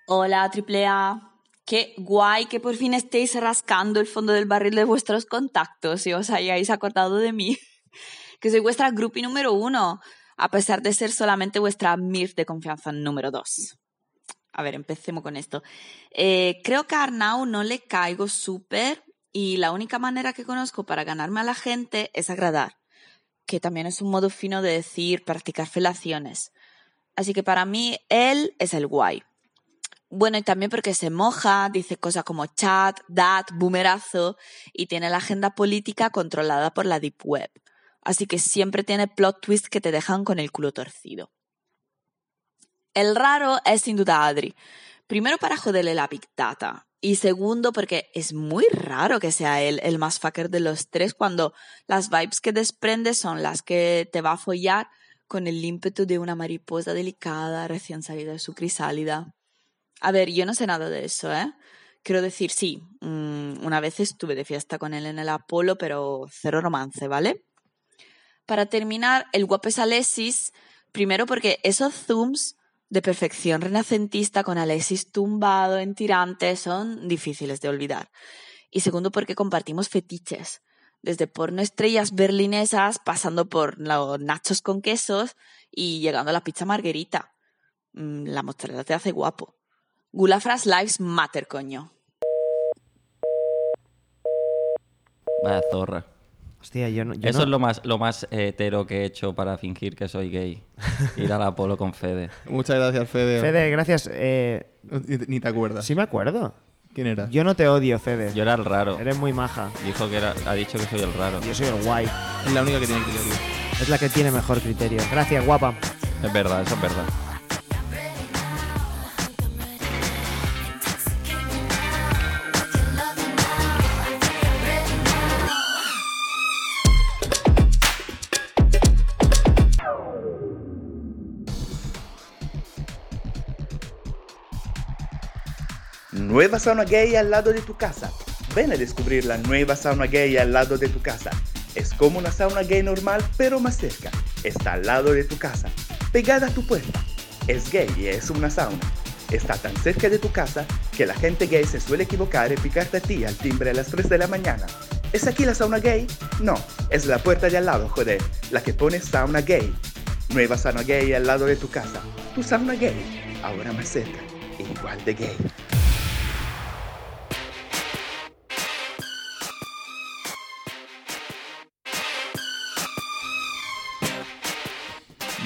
Speaker 9: Hola, AAA. Qué guay que por fin estéis rascando el fondo del barril de vuestros contactos y os hayáis acordado de mí. [laughs] Que soy vuestra groupie número uno, a pesar de ser solamente vuestra MIR de confianza número dos. A ver, empecemos con esto. Eh, creo que a Arnau no le caigo súper y la única manera que conozco para ganarme a la gente es agradar, que también es un modo fino de decir practicar felaciones. Así que para mí él es el guay. Bueno, y también porque se moja, dice cosas como chat, dat, boomerazo y tiene la agenda política controlada por la Deep Web. Así que siempre tiene plot twists que te dejan con el culo torcido. El raro es sin duda Adri. Primero para joderle la Big Data. Y segundo porque es muy raro que sea él el más fucker de los tres cuando las vibes que desprende son las que te va a follar con el ímpetu de una mariposa delicada recién salida de su crisálida. A ver, yo no sé nada de eso, ¿eh? Quiero decir, sí, mm, una vez estuve de fiesta con él en el Apolo, pero cero romance, ¿vale? Para terminar, el guapo es Alexis, primero porque esos zooms de perfección renacentista con Alexis tumbado en tirante son difíciles de olvidar. Y segundo porque compartimos fetiches, desde porno estrellas berlinesas, pasando por los nachos con quesos y llegando a la pizza margarita. Mm, La mozzarella te hace guapo. Gulafras Lives Matter, coño.
Speaker 2: Vaya zorra.
Speaker 3: Hostia, yo no. yo
Speaker 2: Eso
Speaker 3: no-
Speaker 2: es lo más, lo más eh, hetero que he hecho para fingir que soy gay. Ir al Apolo con Fede.
Speaker 1: Muchas gracias, Fede.
Speaker 3: Fede, gracias. Eh,
Speaker 1: Ni- Ni te acuerdas.
Speaker 3: sí me acuerdo.
Speaker 1: ¿Quién era?
Speaker 3: Yo no te odio, Fede.
Speaker 2: Yo era el raro.
Speaker 3: Eres muy maja.
Speaker 2: Dijo que era, ha dicho que soy el raro.
Speaker 3: Yo soy el guay.
Speaker 1: Es la única que tiene criterio.
Speaker 3: Es la que tiene mejor criterio. Gracias, guapa.
Speaker 2: Es verdad, eso es verdad.
Speaker 10: Nueva sauna gay al lado de tu casa. Ven a descubrir la nueva sauna gay al lado de tu casa. Es como una sauna gay normal, pero más cerca. Está al lado de tu casa, pegada a tu puerta. Es gay y es una sauna. Está tan cerca de tu casa que la gente gay se suele equivocar y picarte a ti al timbre a las 3 de la mañana. ¿Es aquí la sauna gay? No, es la puerta de al lado, joder, la que pone sauna gay. Nueva sauna gay al lado de tu casa. Tu sauna gay, ahora más cerca, igual de gay.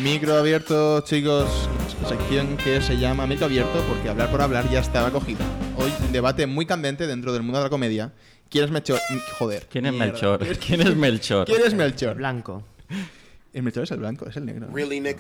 Speaker 1: Micro abierto, chicos. Sección que se llama Micro abierto porque hablar por hablar ya estaba cogida. Hoy un debate muy candente dentro del mundo de la comedia. ¿Quién es Melchor? M- Joder.
Speaker 2: ¿Quién es
Speaker 1: mierda. [laughs]
Speaker 2: Melchor? ¿Quién es Melchor?
Speaker 1: ¿Quién es Melchor?
Speaker 3: Blanco.
Speaker 1: El Melchor es el blanco, es el negro. Really, nigga.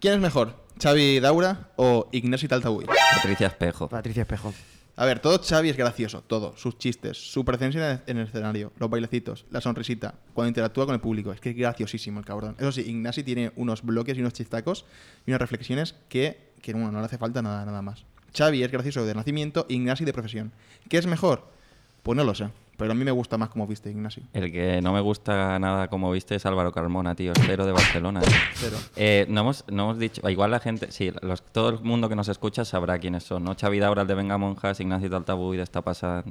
Speaker 1: ¿Quién es mejor? ¿Xavi Daura o Ignacio Taltabuy?
Speaker 2: Patricia Espejo.
Speaker 3: Patricia Espejo.
Speaker 1: A ver, todo Xavi es gracioso, todo. Sus chistes, su presencia en el, en el escenario, los bailecitos, la sonrisita, cuando interactúa con el público. Es que es graciosísimo el cabrón. Eso sí, Ignasi tiene unos bloques y unos chistacos y unas reflexiones que, que bueno, no le hace falta nada, nada más. Xavi es gracioso de nacimiento, Ignasi de profesión. ¿Qué es mejor? Pues no lo sé. Pero a mí me gusta más como viste, Ignasi.
Speaker 2: El que no me gusta nada, como viste, es Álvaro Carmona, tío. Cero de Barcelona. tío.
Speaker 1: Cero.
Speaker 2: Eh, no, hemos, no hemos dicho... Igual la gente... Sí, los- todo el mundo que nos escucha sabrá quiénes son, ¿no? Xavi Dabra, el de Venga Monjas, Ignacio Taltabú y de esta pasada...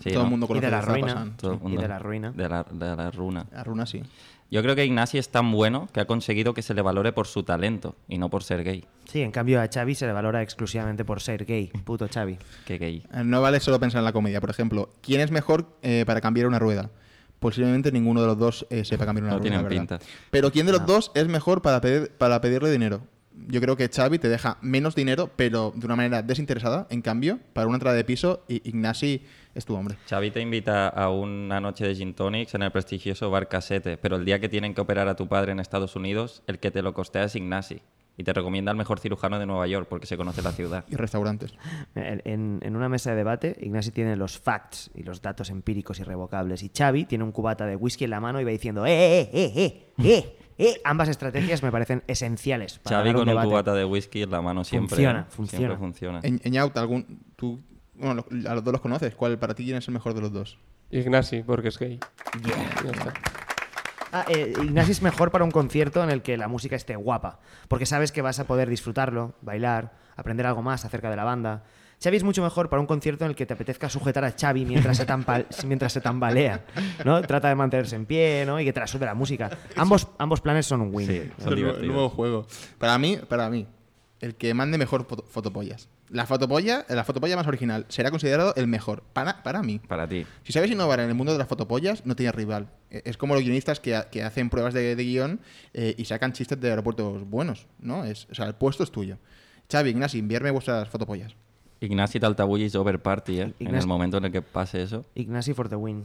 Speaker 2: Sí,
Speaker 1: todo
Speaker 2: ¿no?
Speaker 1: el mundo
Speaker 3: Y
Speaker 1: conoce
Speaker 3: de la
Speaker 1: a Zapa
Speaker 3: ruina.
Speaker 1: San.
Speaker 2: Todo el
Speaker 3: Y de la ruina.
Speaker 2: De la, de la runa.
Speaker 1: La runa sí.
Speaker 2: Yo creo que Ignasi es tan bueno que ha conseguido que se le valore por su talento y no por ser gay.
Speaker 3: Sí, en cambio a Xavi se le valora exclusivamente por ser gay. Puto Xavi.
Speaker 2: Que gay.
Speaker 1: Eh, No vale solo pensar en la comedia. Por ejemplo, ¿quién es mejor eh, para cambiar una rueda? Posiblemente ninguno de los dos eh, sepa cambiar una
Speaker 2: No
Speaker 1: rueda.
Speaker 2: tienen
Speaker 1: la verdad.
Speaker 2: pinta.
Speaker 1: Pero ¿quién de los dos es mejor para, pedir- para pedirle dinero? Yo creo que Xavi te deja menos dinero, pero de una manera desinteresada. En cambio, para una entrada de piso, I- Ignasi es tu hombre.
Speaker 2: Xavi te invita a una noche de gin tonics en el prestigioso bar Casete, pero el día que tienen que operar a tu padre en Estados Unidos, el que te lo costea es Ignasi. Y te recomienda al mejor cirujano de Nueva York porque se conoce la ciudad.
Speaker 1: Y restaurantes.
Speaker 3: En, en- en una mesa de debate, Ignasi tiene los facts y los datos empíricos irrevocables. Y Xavi tiene un cubata de whisky en la mano y va diciendo, ¡eh, eh, eh, eh, eh! eh". Ambas estrategias me parecen esenciales. Para
Speaker 2: Xavi
Speaker 3: ganar
Speaker 2: con un
Speaker 3: debate.
Speaker 2: cubata de whisky en la mano siempre.
Speaker 3: Funciona,
Speaker 2: ¿no?
Speaker 3: funciona.
Speaker 2: Siempre funciona.
Speaker 1: En, Eñaut, algún, tú, bueno, lo- a los dos los conoces. ¿Cuál para ti quién es el mejor de los dos?
Speaker 6: Ignasi, porque es gay. Ya está.
Speaker 3: Ah, eh, Ignasi es mejor para un concierto en el que la música esté guapa, porque sabes que vas a poder disfrutarlo, bailar, aprender algo más acerca de la banda. Xavi es mucho mejor para un concierto en el que te apetezca sujetar a Xavi mientras
Speaker 1: [laughs]
Speaker 3: se, tampa- mientras se tambalea, ¿no? Trata de mantenerse en pie, ¿no? Y que te la sude la música. Ambos, ambos planes son un win.
Speaker 2: Sí,
Speaker 1: Es el
Speaker 2: son
Speaker 1: nuevo, el
Speaker 2: divertidos.
Speaker 1: nuevo juego. Para mí, para mí, el que mande mejor foto- fotopollas. La fotopolla, la fotopolla más original será considerado el mejor. Para, para mí.
Speaker 2: Para ti.
Speaker 1: Si sabes innovar en el mundo de las fotopollas, no tienes rival. E- Es como los guionistas que, ha- que hacen pruebas de, de guión eh, y sacan chistes de aeropuertos buenos, ¿no? Es, o sea, el puesto es tuyo. Xavi, Ignasi, enviarme vuestras fotopollas.
Speaker 2: Ignasi Taltabulli es over party, ¿eh? En
Speaker 3: Ignasi-
Speaker 2: el momento en el que pase eso.
Speaker 3: Ignasi for the win.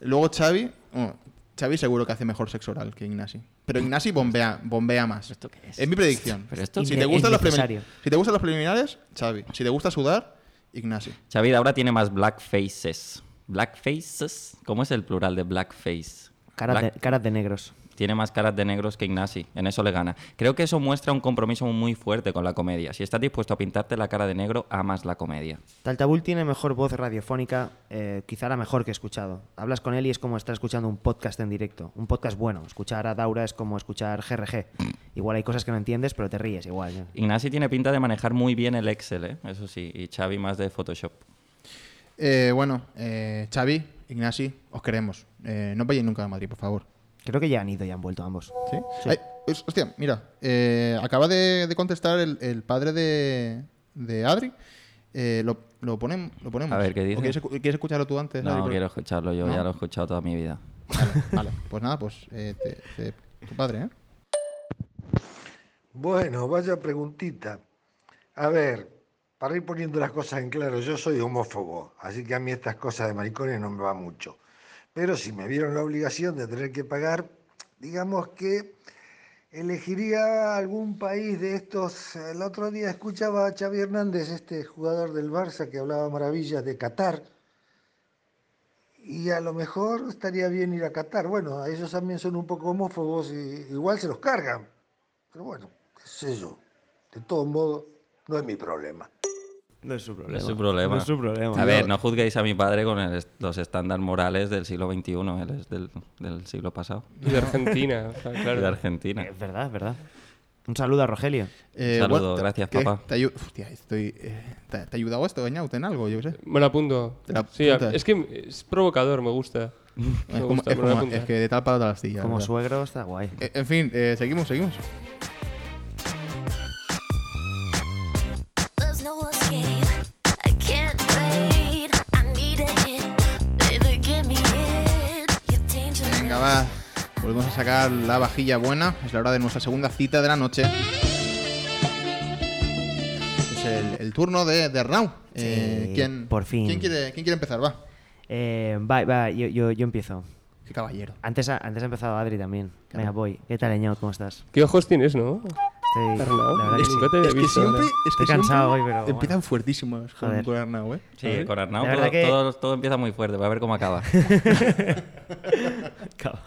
Speaker 1: Luego Xavi... bueno, Xavi seguro que hace mejor sexo oral que Ignasi. Pero Ignasi bombea, bombea más.
Speaker 2: ¿Esto qué es?
Speaker 1: Es mi predicción.
Speaker 2: Pero esto-
Speaker 1: si, te gustan los
Speaker 3: Innecesario.
Speaker 1: prelimin- si te gustan los preliminares, Xavi. Si te gusta sudar, Ignasi.
Speaker 2: Xavi ahora tiene más black faces. Black faces. ¿Cómo es el plural de black face?
Speaker 3: Caras,
Speaker 2: Black-
Speaker 3: de, caras de negros.
Speaker 2: Tiene más caras de negros que Ignasi, en eso le gana. Creo que eso muestra un compromiso muy fuerte con la comedia. Si estás dispuesto a pintarte la cara de negro, amas la comedia.
Speaker 3: Taltabul tiene mejor voz radiofónica, eh, quizá la mejor que he escuchado. Hablas con él y es como estar escuchando un podcast en directo, un podcast bueno. Escuchar a Daura es como escuchar GRG. Igual hay cosas que no entiendes, pero te ríes igual. ¿eh? ¿no?
Speaker 2: Ignasi tiene pinta de manejar muy bien el Excel, ¿eh? eso sí, y Xavi más de Photoshop.
Speaker 1: Eh, bueno, eh, Xavi, Ignasi, os queremos. Eh, no vayáis nunca a Madrid, por favor.
Speaker 3: Creo que ya han ido y han vuelto ambos.
Speaker 1: ¿Sí? Ay, pues, hostia, mira, eh, acaba de, de contestar el, el padre de, de Adri. Eh, lo, lo, ponem- lo ponemos.
Speaker 2: A ver, ¿qué
Speaker 1: ¿O
Speaker 2: dice?
Speaker 1: Quieres, escu- quieres escucharlo tú antes? Adri?
Speaker 2: No,
Speaker 1: Porque-
Speaker 2: quiero escucharlo yo,
Speaker 1: ¿No?
Speaker 2: ya lo he escuchado toda mi vida.
Speaker 1: Vale, vale. pues nada, pues eh, te- te- tu padre, ¿eh?
Speaker 11: Bueno, vaya preguntita. A ver, para ir poniendo las cosas en claro, yo soy homófobo, así que a mí estas cosas de maricones no me va mucho. Pero si me vieron la obligación de tener que pagar, digamos que elegiría algún país de estos. El otro día escuchaba a Xavi Hernández, este jugador del Barça que hablaba maravillas de Qatar. Y a lo mejor estaría bien ir a Qatar. Bueno, ellos también son un poco homófobos y igual se los cargan. Pero bueno, qué sé yo. De todo modo, no es mi problema.
Speaker 3: No es su problema.
Speaker 2: No es su problema.
Speaker 3: No es su problema.
Speaker 2: A ver, no juzguéis a mi padre con el est- los estándares morales del siglo XXI, él es del, del siglo pasado.
Speaker 6: Y de Argentina,
Speaker 2: [laughs]
Speaker 6: está claro.
Speaker 2: De Argentina.
Speaker 3: Es verdad, es verdad. Un saludo a Rogelio.
Speaker 1: Eh,
Speaker 2: Saludo,
Speaker 1: te-
Speaker 2: gracias,
Speaker 1: ¿qué?
Speaker 2: papá.
Speaker 1: Te, ayu- hostia, estoy, eh, ¿te, te ha ayudado esto, Eñaut, en algo? Yo qué sé.
Speaker 6: Me lo apunto.
Speaker 1: Te la
Speaker 6: Sí, a-
Speaker 1: apuntas.
Speaker 6: es que es provocador, me gusta. Me
Speaker 1: Es, como-
Speaker 6: gusta,
Speaker 1: es
Speaker 6: me lo
Speaker 1: como-
Speaker 6: voy a apuntar.
Speaker 1: es que de tal palo tal astilla.
Speaker 3: Como
Speaker 1: ¿verdad?
Speaker 3: suegro está guay.
Speaker 1: Eh, En fin, eh, seguimos, seguimos.
Speaker 4: There's no escape. I can't wait. I need a hit. Baby, give me it. You're dangerous.
Speaker 1: Venga, va. Volvemos a sacar la vajilla buena. Es la hora de nuestra segunda cita de la noche. Es el, el turno de, de Rau. Eh,
Speaker 3: Sí,
Speaker 1: ¿quién,
Speaker 3: por fin.
Speaker 1: ¿quién quiere, quién quiere empezar? Va.
Speaker 3: Eh, va, va, yo, yo, yo empiezo.
Speaker 1: Qué caballero.
Speaker 3: Antes ha, antes ha empezado Adri también. Venga, voy. ¿Qué tal, Eñaut? ¿Cómo estás?
Speaker 6: ¿Qué ojos tienes, no?
Speaker 3: Estoy.
Speaker 6: Arnau,
Speaker 3: la verdad que sí.
Speaker 6: nunca te había
Speaker 1: Es que
Speaker 6: visto,
Speaker 1: siempre,
Speaker 6: ¿verdad?
Speaker 1: es que
Speaker 3: Estoy cansado
Speaker 1: siempre
Speaker 3: hoy, pero bueno.
Speaker 1: Empiezan fuertísimos con,
Speaker 3: Joder.
Speaker 1: con Arnau, ¿eh?
Speaker 2: Sí,
Speaker 1: ¿Sabes?
Speaker 2: con Arnau
Speaker 3: La
Speaker 2: todo,
Speaker 3: verdad que-
Speaker 2: todo- todo empieza muy fuerte, va a ver cómo
Speaker 3: [laughs]
Speaker 2: acaba.
Speaker 3: Acaba.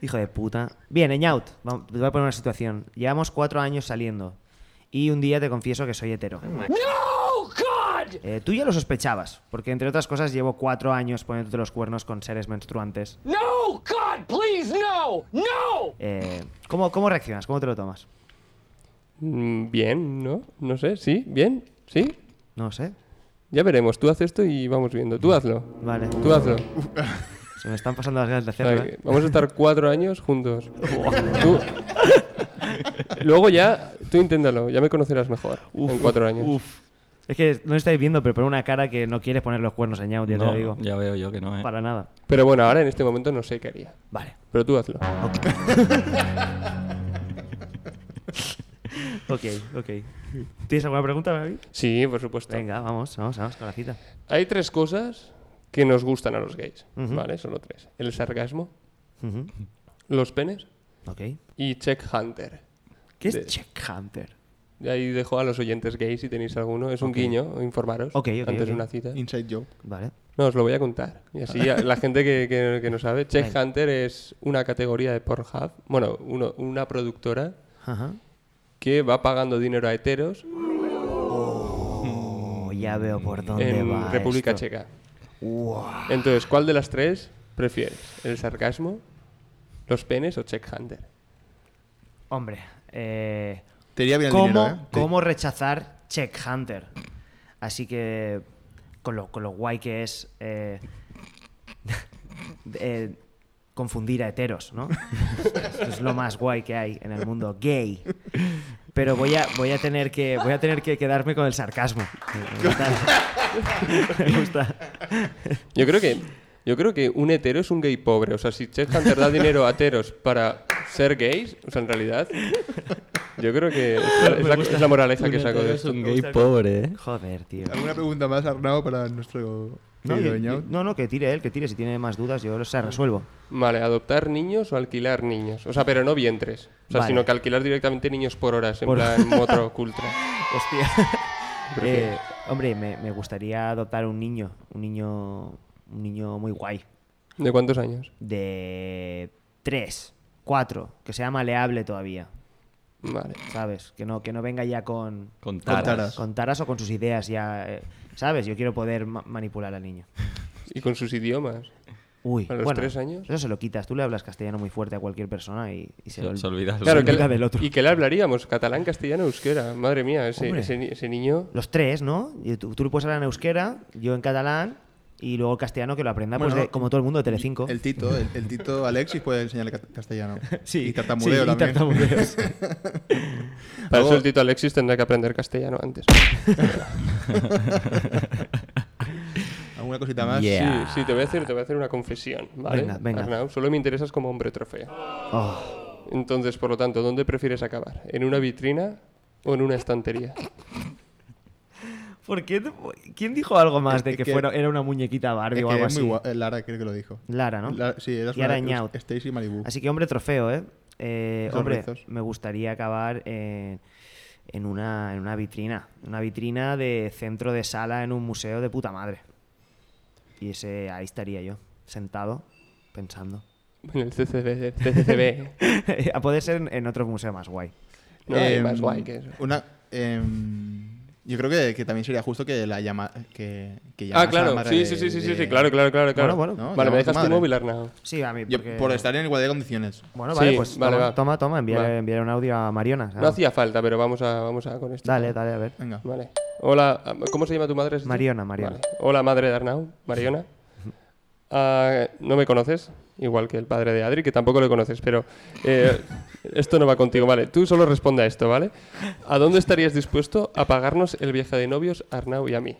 Speaker 3: Hijo de puta. Bien, Eñaut, va- te voy a poner una situación. Llevamos cuatro años saliendo y un día te confieso que soy hetero. Eh, tú ya lo sospechabas, porque entre otras cosas llevo cuatro años poniéndote los cuernos con seres menstruantes.
Speaker 4: No, God, please, no, no.
Speaker 3: Eh, ¿cómo, ¿Cómo reaccionas? ¿Cómo te lo tomas?
Speaker 6: Mm, Bien, ¿no? No sé, ¿sí? ¿Bien? ¿Sí?
Speaker 3: No sé.
Speaker 6: Ya veremos, tú haz esto y vamos viendo. Tú hazlo.
Speaker 3: Vale.
Speaker 6: Tú
Speaker 3: [laughs]
Speaker 6: hazlo.
Speaker 3: Se me están pasando las ganas de hacerlo.
Speaker 6: Vale,
Speaker 3: ¿eh?
Speaker 6: Vamos a
Speaker 3: [laughs]
Speaker 6: estar cuatro años juntos. Tú- Luego ya, tú inténtalo, ya me conocerás mejor en cuatro años.
Speaker 3: Es que no lo estáis viendo, pero pone una cara que no quieres poner los cuernos, Eñaut, ya te
Speaker 2: No,
Speaker 3: lo digo.
Speaker 2: ya veo yo que no, ¿eh?
Speaker 3: Para nada.
Speaker 6: Pero bueno, ahora en este momento no sé qué haría.
Speaker 3: Vale.
Speaker 6: Pero tú hazlo.
Speaker 3: [laughs] Ok, ok. ¿Tienes alguna pregunta, David?
Speaker 6: Sí, por supuesto.
Speaker 3: Venga, vamos, vamos, vamos con la cita.
Speaker 6: Hay tres cosas que nos gustan a los gays, ¿vale? Solo tres. El sarcasmo,
Speaker 3: Ujú.
Speaker 6: los penes
Speaker 3: Ok.
Speaker 6: y Check Hunter.
Speaker 3: ¿Qué es
Speaker 6: De-
Speaker 3: Check Hunter?
Speaker 6: Y ahí dejo a los oyentes gays si tenéis alguno. Es un guiño, informaros
Speaker 3: Ok, ok,
Speaker 6: antes
Speaker 3: ok.
Speaker 6: de una cita.
Speaker 1: Inside Joke.
Speaker 3: Vale.
Speaker 6: No, os lo voy a contar. Y así a- la gente que, que- que no sabe, Check Hunter es una categoría de Pornhub, bueno, uno- una productora
Speaker 3: Ajá.
Speaker 6: que va pagando dinero a heteros
Speaker 3: Oh, ya veo por dónde
Speaker 6: en
Speaker 3: va.
Speaker 6: República
Speaker 3: esto.
Speaker 6: Checa.
Speaker 3: Uah.
Speaker 6: Entonces, ¿cuál de las tres prefieres? ¿El sarcasmo, los penes o Check Hunter?
Speaker 3: Hombre, eh,
Speaker 1: Te iría bien el
Speaker 3: ¿cómo,
Speaker 1: dinero, ¿eh?
Speaker 3: cómo rechazar Check Hunter? Así que, con lo, con lo guay que es eh, [laughs] eh, confundir a heteros, ¿no? Esto es lo más guay que hay en el mundo gay. Pero voy a, voy a, tener, que, voy a tener que quedarme con el sarcasmo. Me gusta. Me gusta.
Speaker 6: Yo creo que yo creo que un hetero es un gay pobre. O sea, si Chet Hunter da dinero a heteros para ser gays, o sea, en realidad, yo creo que es la, es la- es la moraleja que saco de esto.
Speaker 2: gay pobre, ¿eh?
Speaker 3: Joder, tío.
Speaker 1: ¿Alguna pregunta más, Arnau, para nuestro
Speaker 3: No,
Speaker 1: querido
Speaker 3: yo- yo-
Speaker 1: Eñaut?
Speaker 3: no, no, que tire él, que tire. Si tiene más dudas, yo lo sé, eh. resuelvo.
Speaker 6: Vale, adoptar niños o alquilar niños. O sea, pero no vientres. O sea,
Speaker 3: Vale.
Speaker 6: sino que alquilar directamente niños por horas, en
Speaker 3: Por- [laughs]
Speaker 6: plan motro cultra.
Speaker 3: Hostia.
Speaker 6: Prefieres.
Speaker 3: Eh, hombre, me, me gustaría adoptar un niño. Un niño. Un niño muy guay.
Speaker 6: ¿De cuántos años?
Speaker 3: De tres, cuatro, que sea maleable todavía.
Speaker 6: Vale.
Speaker 3: ¿Sabes? Que no, que no venga ya con.
Speaker 2: Con
Speaker 1: taras.
Speaker 3: taras. Con taras o con sus ideas ya. eh, ¿Sabes? Yo quiero poder ma- manipular al niño. Eh,
Speaker 6: Y con sus idiomas.
Speaker 3: Uy,
Speaker 6: ¿A los
Speaker 3: bueno,
Speaker 6: tres años?
Speaker 3: Eso se lo quitas. Tú le hablas castellano muy fuerte a cualquier persona y, y
Speaker 2: Se,
Speaker 3: se, lo ol-
Speaker 2: se olvida.
Speaker 6: Claro, que
Speaker 3: olvida del otro.
Speaker 6: ¿Y que le hablaríamos? Catalán, castellano, euskera. Madre mía, ese,
Speaker 3: Hombre.
Speaker 6: ese ni- ese niño.
Speaker 3: Los tres, ¿no? Y tú, tú le puedes hablar en euskera, yo en catalán y luego castellano que lo aprenda pues,
Speaker 1: Bueno,
Speaker 3: de- como todo el mundo de Telecinco.
Speaker 1: El Tito, el, el Tito Alexis puede enseñarle ca- castellano.
Speaker 3: [laughs] Sí,
Speaker 1: Y tartamudeo
Speaker 3: sí, y
Speaker 1: también.
Speaker 3: tartamudeos.
Speaker 6: [laughs] Para
Speaker 1: Luego-
Speaker 6: eso el Tito Alexis tendrá que aprender castellano antes.
Speaker 1: [laughs] ¿Alguna cosita más?
Speaker 2: Yeah.
Speaker 6: Sí, sí, te voy a hacer, te voy a hacer una confesión, ¿vale?
Speaker 3: Venga, venga.
Speaker 6: Arnau, solo me interesas como hombre trofeo.
Speaker 3: Oh,
Speaker 6: Entonces, por lo tanto, ¿dónde prefieres acabar? ¿En una vitrina o en una estantería?
Speaker 3: [laughs] ¿por qué te- ¿Quién dijo algo más
Speaker 1: Es
Speaker 3: de que,
Speaker 1: que-
Speaker 3: fuera, era una muñequita Barbie
Speaker 1: Es
Speaker 3: o
Speaker 1: que
Speaker 3: algo
Speaker 1: es
Speaker 3: así?
Speaker 1: muy guay. Lara creo que lo dijo.
Speaker 3: Lara, ¿no?
Speaker 1: La- sí, era
Speaker 3: Y ahora
Speaker 1: una-
Speaker 3: Ñaut.
Speaker 1: Stacy Malibu.
Speaker 3: Así que hombre trofeo, ¿eh? Eh,
Speaker 1: Esos
Speaker 3: hombre,
Speaker 1: rezos.
Speaker 3: me gustaría acabar en, en una, en una vitrina. Una vitrina de centro de sala en un museo de puta madre. Y ese ahí estaría yo, sentado, pensando.
Speaker 6: En el CCB. CCCB.
Speaker 3: [laughs] a poder ser en, en otro museo más guay.
Speaker 6: No hay
Speaker 1: Em,
Speaker 6: más guay que eso.
Speaker 1: Una, em, yo creo que, que también sería justo que la llama que, que llamas
Speaker 6: Ah,
Speaker 1: a
Speaker 6: claro.
Speaker 1: la madre
Speaker 6: Sí,
Speaker 1: de-
Speaker 6: sí, sí, sí, sí,
Speaker 1: de-
Speaker 6: sí, claro, claro, claro. claro.
Speaker 3: Bueno, bueno.
Speaker 1: No,
Speaker 6: Vale, me
Speaker 1: llama a
Speaker 6: dejas
Speaker 1: tu
Speaker 6: tu
Speaker 1: madre.
Speaker 6: móvil, Arnau.
Speaker 3: Sí, a mí.
Speaker 1: Yo-
Speaker 3: Porque...
Speaker 1: por estar en igualdad de condiciones.
Speaker 3: Bueno,
Speaker 6: Sí,
Speaker 3: vale, pues
Speaker 6: vale,
Speaker 3: toma,
Speaker 6: va.
Speaker 3: toma, toma, envíale,
Speaker 6: Va.
Speaker 3: envíale un audio a Mariona.
Speaker 6: No hacía falta, pero vamos a, vamos a con esto.
Speaker 3: Dale, dale, a ver.
Speaker 1: Venga.
Speaker 6: Vale. Hola, ¿cómo se llama tu madre? ¿Es esto?
Speaker 3: Mariona, Mariona.
Speaker 6: Vale. Hola, madre de Arnau,
Speaker 3: [laughs]
Speaker 6: Mariona. Ah, no me conoces, igual que el padre de Adri, que tampoco le conoces, pero eh, esto no va contigo, vale. Tú solo responde a esto, ¿vale? ¿A dónde estarías dispuesto a pagarnos el viaje de novios a Arnau y a mí?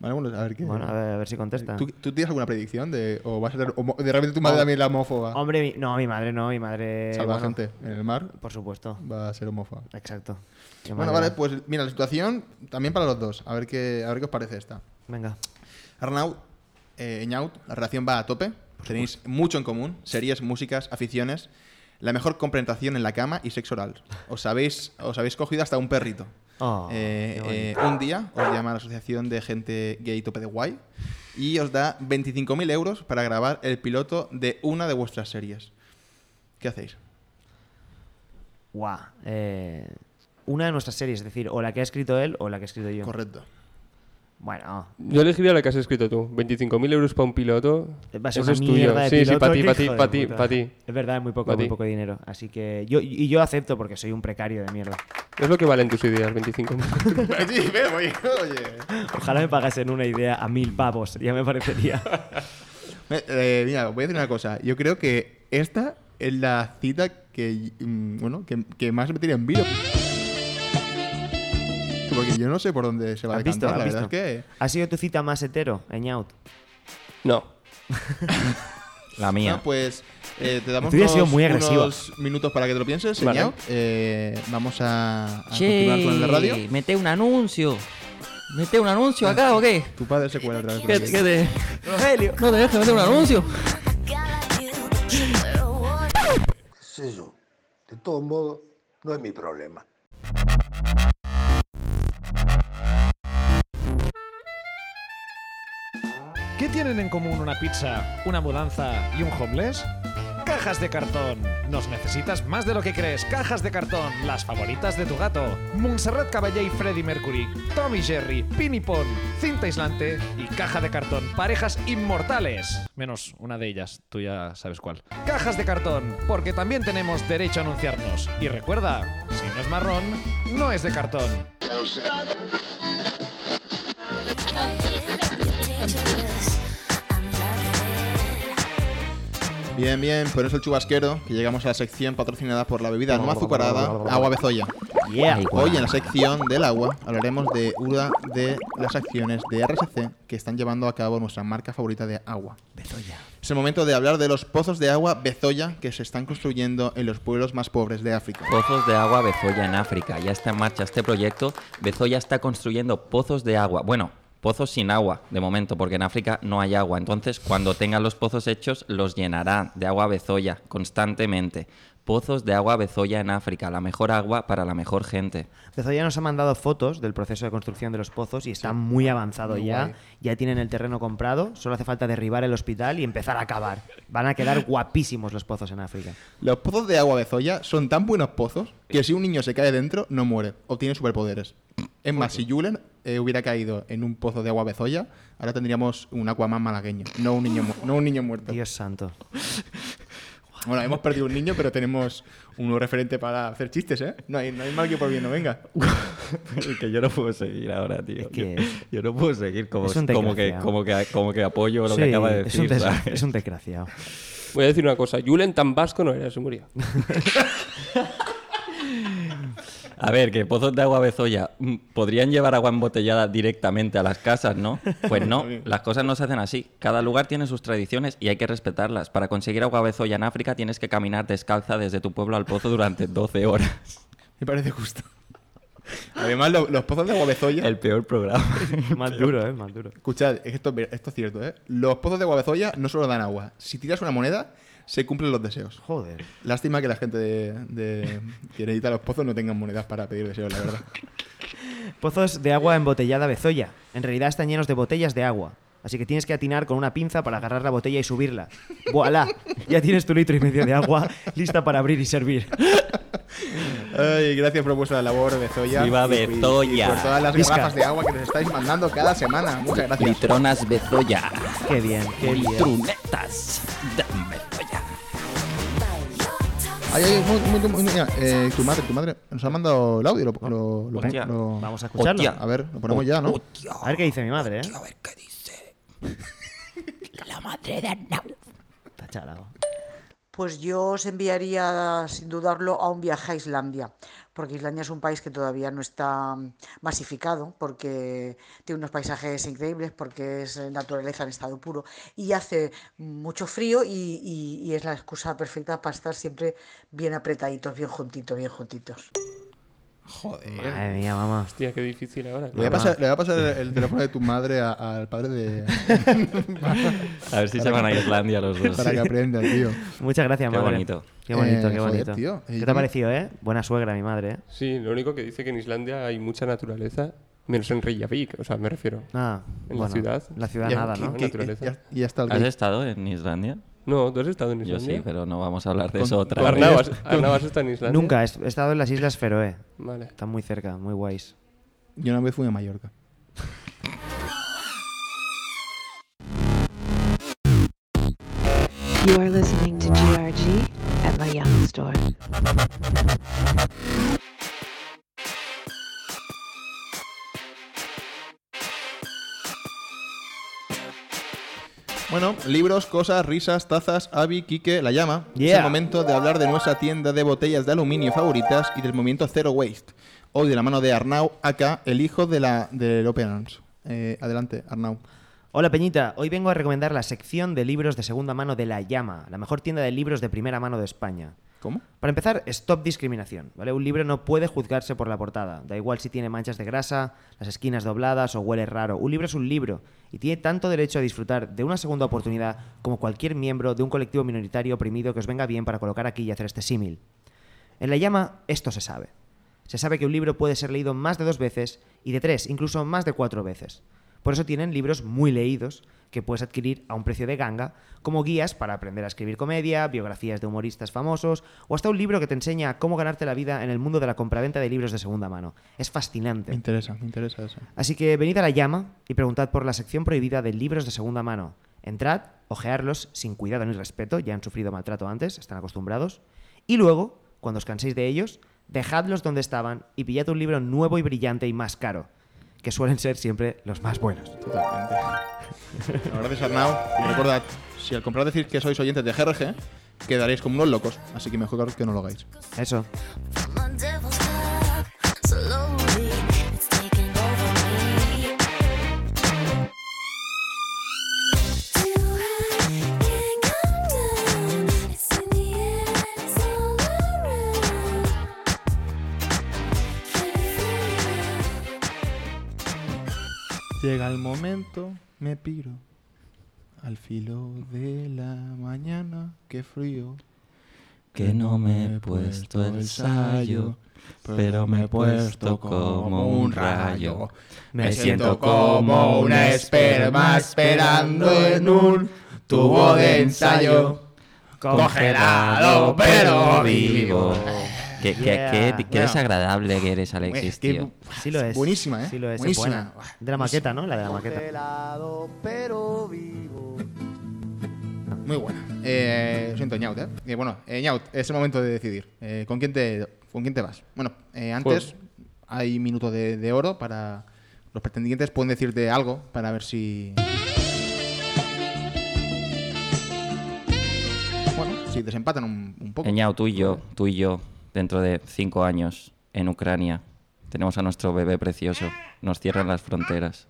Speaker 1: Vale, bueno, a ver qué.
Speaker 3: Bueno, a ver, a ver si contesta.
Speaker 1: ¿Tú, tú tienes alguna predicción de o vas a ser homo- de repente tu madre también la homófoba?
Speaker 3: Hombre, mi- no, mi madre no, mi madre. bueno,
Speaker 1: salvagente en el mar
Speaker 3: por supuesto,
Speaker 1: va a ser homófoba.
Speaker 3: exacto. Mi
Speaker 1: Bueno,
Speaker 3: madre
Speaker 1: vale,
Speaker 3: no.
Speaker 1: pues mira, la situación también para los dos. A ver qué, a ver qué os parece esta.
Speaker 3: Venga.
Speaker 1: Arnaud, eh, Eñaut, la relación va a tope. Tenéis mucho en común, series, músicas, aficiones. La mejor complementación en la cama y sexo oral. Os habéis, os habéis cogido hasta un perrito.
Speaker 3: Oh,
Speaker 1: Eh,
Speaker 3: qué
Speaker 1: eh,
Speaker 3: bonito.
Speaker 1: un día os llama la Asociación de Gente Gay Tope de Guay y os da 25.000 euros para grabar el piloto de una de vuestras series. ¿Qué hacéis?
Speaker 3: Guau. eh, una de nuestras series, es decir, o la que ha escrito él o la que he escrito yo.
Speaker 1: Correcto.
Speaker 3: Bueno,
Speaker 6: Yo elegiría la que has escrito tú. 25.000 euros para un piloto.
Speaker 3: va a ser
Speaker 6: Eso
Speaker 3: una
Speaker 6: es tuyo.
Speaker 3: mierda de
Speaker 6: sí, sí,
Speaker 3: piloto,
Speaker 6: para ti,
Speaker 3: que
Speaker 6: para ti,
Speaker 3: hijo de
Speaker 6: para ti,
Speaker 3: puta.
Speaker 6: para ti.
Speaker 3: Es verdad, es muy poco,
Speaker 6: Pa'
Speaker 3: muy
Speaker 6: ti.
Speaker 3: poco dinero. Así que yo, y yo acepto porque soy un precario de mierda.
Speaker 6: Es lo que valen tus ideas, 25.000.
Speaker 1: [laughs] Sí, pero, oye, oye.
Speaker 3: [laughs] Ojalá me pagasen una idea a mil pavos, ya
Speaker 1: [laughs]
Speaker 3: me parecería.
Speaker 1: Eh, eh, mira, voy a decir una cosa. Yo creo que esta es la cita que, mm, bueno, que, que más me tiene en vilo. Porque yo no sé por dónde se va a
Speaker 3: ¿Has visto?
Speaker 1: decantar, la
Speaker 3: ¿Has
Speaker 1: verdad
Speaker 3: visto?
Speaker 1: es que...
Speaker 3: ¿Ha sido tu cita más hetero, Eñaut? [laughs]
Speaker 6: no.
Speaker 2: La mía.
Speaker 1: Bueno, pues eh, te damos
Speaker 3: Tú ya has
Speaker 1: unos,
Speaker 3: Ah. sido muy agresiva.
Speaker 1: unos minutos para que te lo pienses,
Speaker 6: Vale.
Speaker 1: Eñao. pues, Eh, vamos a, a
Speaker 2: Che,
Speaker 1: continuar con el de radio.
Speaker 2: mete un anuncio. Mete un anuncio [laughs] acá o qué?
Speaker 1: Tu padre se cuela otra vez. por
Speaker 2: ¿Qué,
Speaker 1: aquí.
Speaker 2: qué te... Rogelio, no te dejes meter un anuncio.
Speaker 11: sé yo. De todos modos, no es mi problema.
Speaker 12: ¿Qué tienen en común una pizza, una mudanza y un homeless? Cajas de cartón. Nos necesitas más de lo que crees. Cajas de cartón, las favoritas de tu gato. Montserrat Caballé y Freddie Mercury, Tom y Jerry, Pinipon, cinta aislante y caja de cartón. Parejas inmortales. Menos una de ellas, tú ya sabes cuál. Cajas de cartón, porque también tenemos derecho a anunciarnos. Y recuerda, si no es marrón, no es de cartón.
Speaker 1: Bien, bien, por eso el chubasquero, que llegamos a la sección patrocinada por la bebida no azucarada, agua bezoya.
Speaker 3: Yeah.
Speaker 1: Hoy en la sección del agua hablaremos de una de las acciones de RSC que están llevando a cabo nuestra marca favorita de agua. Es el momento de hablar de los pozos de agua Bezoya que se están construyendo en los pueblos más pobres de África.
Speaker 2: Pozos de agua Bezoya en África. Ya está en marcha este proyecto. Bezoya está construyendo pozos de agua. Bueno, pozos sin agua de momento, porque en África no hay agua. Entonces, cuando tengan los pozos hechos, los llenarán de agua Bezoya constantemente. Pozos de agua Bezoya en África. La mejor agua para la mejor gente.
Speaker 3: Bezoya nos ha mandado fotos del proceso de construcción de los pozos y está muy avanzado
Speaker 1: Muy
Speaker 3: ya.
Speaker 1: guay.
Speaker 3: Ya tienen el terreno comprado, solo hace falta derribar el hospital y empezar a cavar. Van a quedar guapísimos los pozos en África.
Speaker 1: Los pozos de agua Bezoya son tan buenos pozos que si un niño se cae dentro, no muere, obtiene superpoderes. Es más, si Julen eh, hubiera caído en un pozo de agua Bezoya, ahora tendríamos un Aquaman malagueño, no un niño, mu- no un niño muerto.
Speaker 3: Dios santo.
Speaker 1: [laughs] Bueno, hemos perdido un niño, pero tenemos un referente para hacer chistes, ¿eh? No hay, no hay mal que por bien no
Speaker 3: [laughs]
Speaker 1: venga.
Speaker 2: [laughs] Es que yo no puedo seguir ahora, tío.
Speaker 3: Es que-
Speaker 2: yo, yo no puedo seguir como,
Speaker 3: Es un
Speaker 2: como, que,
Speaker 3: desgraciado.
Speaker 2: como, que, como que apoyo lo
Speaker 3: Sí,
Speaker 2: que acaba de
Speaker 3: es un
Speaker 2: decir.
Speaker 3: des-
Speaker 2: ¿sabes?
Speaker 3: es un desgraciado.
Speaker 6: Voy a decir una cosa. Julen tan vasco no era, se
Speaker 3: [laughs]
Speaker 6: murió.
Speaker 2: A ver, que pozos de agua Bezoya mm, podrían llevar agua embotellada directamente a las casas, ¿no?
Speaker 6: [laughs]
Speaker 2: Pues no, las cosas no se hacen así. Cada lugar tiene sus tradiciones y hay que respetarlas. Para conseguir agua Bezoya en África tienes que caminar descalza desde tu pueblo al
Speaker 6: [laughs]
Speaker 2: pozo durante 12 horas.
Speaker 1: [laughs] Me parece justo. Además, lo- los pozos de agua Bezoya...
Speaker 2: El peor programa.
Speaker 3: [laughs] Más duro, ¿eh? Más duro.
Speaker 1: Escuchad, es que esto, esto es cierto, ¿eh? Los pozos de agua Bezoya no solo dan agua. Si tiras una moneda, se cumplen los deseos.
Speaker 3: Joder.
Speaker 1: Lástima que la gente de, de- que necesita los pozos no tengan monedas para pedir deseos, la verdad.
Speaker 3: Pozos de agua embotellada Bezoya. En realidad están llenos de botellas de agua. Así que tienes que atinar con una pinza para agarrar la botella y subirla. ¡Voilá! Ya tienes tu litro y medio de agua lista para abrir y servir.
Speaker 1: Ay, gracias por vuestra labor, Bezoya.
Speaker 2: Viva
Speaker 1: Y- y-
Speaker 2: Bezoya.
Speaker 1: Y, por todas las
Speaker 3: Visca.
Speaker 1: garrafas de agua que nos estáis mandando cada semana. Muchas gracias.
Speaker 2: Litronas Bezoya.
Speaker 3: ¡Qué bien, qué bien!
Speaker 2: Trunetas de Bezoya.
Speaker 1: Ay, ay, muy, muy, muy- mira, eh, tu madre, tu madre. Nos ha mandado el audio. Lo, lo- lo-
Speaker 2: Hostia.
Speaker 1: lo-
Speaker 3: Vamos a escucharlo.
Speaker 2: Hostia.
Speaker 1: a ver, lo ponemos ya, ¿no?
Speaker 3: A ver qué dice mi madre, ¿eh?
Speaker 2: A ver qué dice. La madre de Arnau.
Speaker 3: Está chalado.
Speaker 13: Pues yo os enviaría, sin dudarlo, a un viaje a Islandia, porque Islandia es un país que todavía no está mm, masificado, porque tiene unos paisajes increíbles, porque es eh, naturaleza en estado puro, y hace mucho frío y, y- y es la excusa perfecta para estar siempre bien apretaditos, bien juntitos, bien juntitos.
Speaker 1: Joder.
Speaker 3: Madre mía, mamá.
Speaker 6: Hostia, qué difícil ahora.
Speaker 1: Le voy a pasar, le voy a pasar el, el teléfono de tu madre a- al padre de.
Speaker 2: [laughs] A ver si
Speaker 1: Para
Speaker 2: se van a
Speaker 1: que-
Speaker 2: Islandia los dos.
Speaker 1: Para que aprendan, tío.
Speaker 3: [laughs] Muchas gracias,
Speaker 2: Qué
Speaker 3: madre.
Speaker 2: bonito.
Speaker 3: Qué bonito,
Speaker 1: Eh,
Speaker 3: qué
Speaker 1: joder,
Speaker 3: bonito.
Speaker 1: tío.
Speaker 3: ¿Qué
Speaker 1: Y-
Speaker 3: te ha parecido, eh? Buena suegra, mi madre, eh.
Speaker 6: Sí, lo único que dice que en Islandia hay mucha naturaleza, menos en Reykjavik, o sea, me refiero.
Speaker 3: Ah,
Speaker 6: en
Speaker 3: bueno,
Speaker 6: la ciudad.
Speaker 3: la ciudad
Speaker 6: Ya,
Speaker 3: nada,
Speaker 6: ¿qué-
Speaker 3: ¿no?
Speaker 1: eh,
Speaker 6: qué- naturaleza.
Speaker 1: Y hasta el
Speaker 2: ¿Has
Speaker 1: gay.
Speaker 2: estado en Islandia?
Speaker 6: No, ¿tú has estado en Islandia?
Speaker 2: Yo sí, pero no vamos a hablar de eso
Speaker 6: Con-
Speaker 2: otra
Speaker 6: con-
Speaker 2: vez.
Speaker 6: Arnau, ¿has- Arnau, ¿has estado en Islandia?
Speaker 3: Nunca, he he estado en las Islas Feroe.
Speaker 6: Vale.
Speaker 3: Están muy cerca, muy guays.
Speaker 1: Yo una vez fui a Mallorca.
Speaker 8: You are listening to GRG at my Yahoo store.
Speaker 1: Bueno, libros, cosas, risas, tazas, Avi, Quique, la llama. Es
Speaker 3: Yeah.
Speaker 1: el momento de hablar de nuestra tienda de botellas de aluminio favoritas y del movimiento Zero Waste. Hoy de la mano de Arnau, acá, el hijo de la, del Open Arms. Eh, adelante, Arnau.
Speaker 3: Hola Peñita, hoy vengo a recomendar la sección de libros de segunda mano de La Llama, la mejor tienda de libros de primera mano de España.
Speaker 1: ¿Cómo?
Speaker 3: Para empezar, Stop Discriminación. ¿vale? Un libro no puede juzgarse por la portada. Da igual si tiene manchas de grasa, las esquinas dobladas o huele raro. Un libro es un libro y tiene tanto derecho a disfrutar de una segunda oportunidad como cualquier miembro de un colectivo minoritario oprimido que os venga bien para colocar aquí y hacer este símil. En La Llama, esto se sabe. Se sabe que un libro puede ser leído más de dos veces y de tres, incluso más de cuatro veces. Por eso tienen libros muy leídos que puedes adquirir a un precio de ganga, como guías para aprender a escribir comedia, biografías de humoristas famosos o hasta un libro que te enseña cómo ganarte la vida en el mundo de la compraventa de libros de segunda mano. Es fascinante.
Speaker 1: Me interesa, me interesa eso.
Speaker 3: Así que venid a la llama y preguntad por la sección prohibida de libros de segunda mano. Entrad, ojearlos sin cuidado ni respeto, ya han sufrido maltrato antes, están acostumbrados. Y luego, cuando os canséis de ellos, dejadlos donde estaban y pillad un libro nuevo y brillante y más caro, que suelen ser siempre los más buenos.
Speaker 1: Totalmente. Bueno, gracias, Arnau. Y recordad, si al comprar decís que sois oyentes de GRG, quedaréis como unos locos. Así que mejor que no lo hagáis.
Speaker 3: Eso.
Speaker 4: Slowly, it's taking over me. Do I can't come down? It's in the air, it's all around. Can you feel it?
Speaker 1: Llega el momento, me piro. Al filo de la mañana, qué frío.
Speaker 2: Que no me he puesto el sayo, pero me he puesto como un rayo. Me siento como un esperma esperando en un tubo de ensayo. Congelado, pero vivo. Qué, qué-
Speaker 3: Yeah.
Speaker 2: qué- qué
Speaker 3: Bueno.
Speaker 2: desagradable que eres, Alexis,
Speaker 1: que-
Speaker 2: tío.
Speaker 3: Sí lo es.
Speaker 1: Buenísima, ¿eh?
Speaker 3: Sí lo es. es
Speaker 1: Buenísima.
Speaker 3: buena. De la maqueta, ¿no? La de la maqueta.
Speaker 1: Muy buena. Eh, lo siento, Ñaut, ¿eh? Eh, bueno, eh, Ñaut, es el momento de decidir. Eh, ¿con, quién te, ¿Con quién te vas? Bueno, eh,
Speaker 6: Pues
Speaker 1: antes hay minuto de, de oro para... Los pretendientes pueden decirte algo para ver si... Bueno, si desempatan un, un
Speaker 6: Eh,
Speaker 1: poco.
Speaker 2: Eñao, tú y yo, tú y yo, dentro de cinco años, en Ucrania, tenemos a nuestro bebé precioso. Nos cierran las fronteras.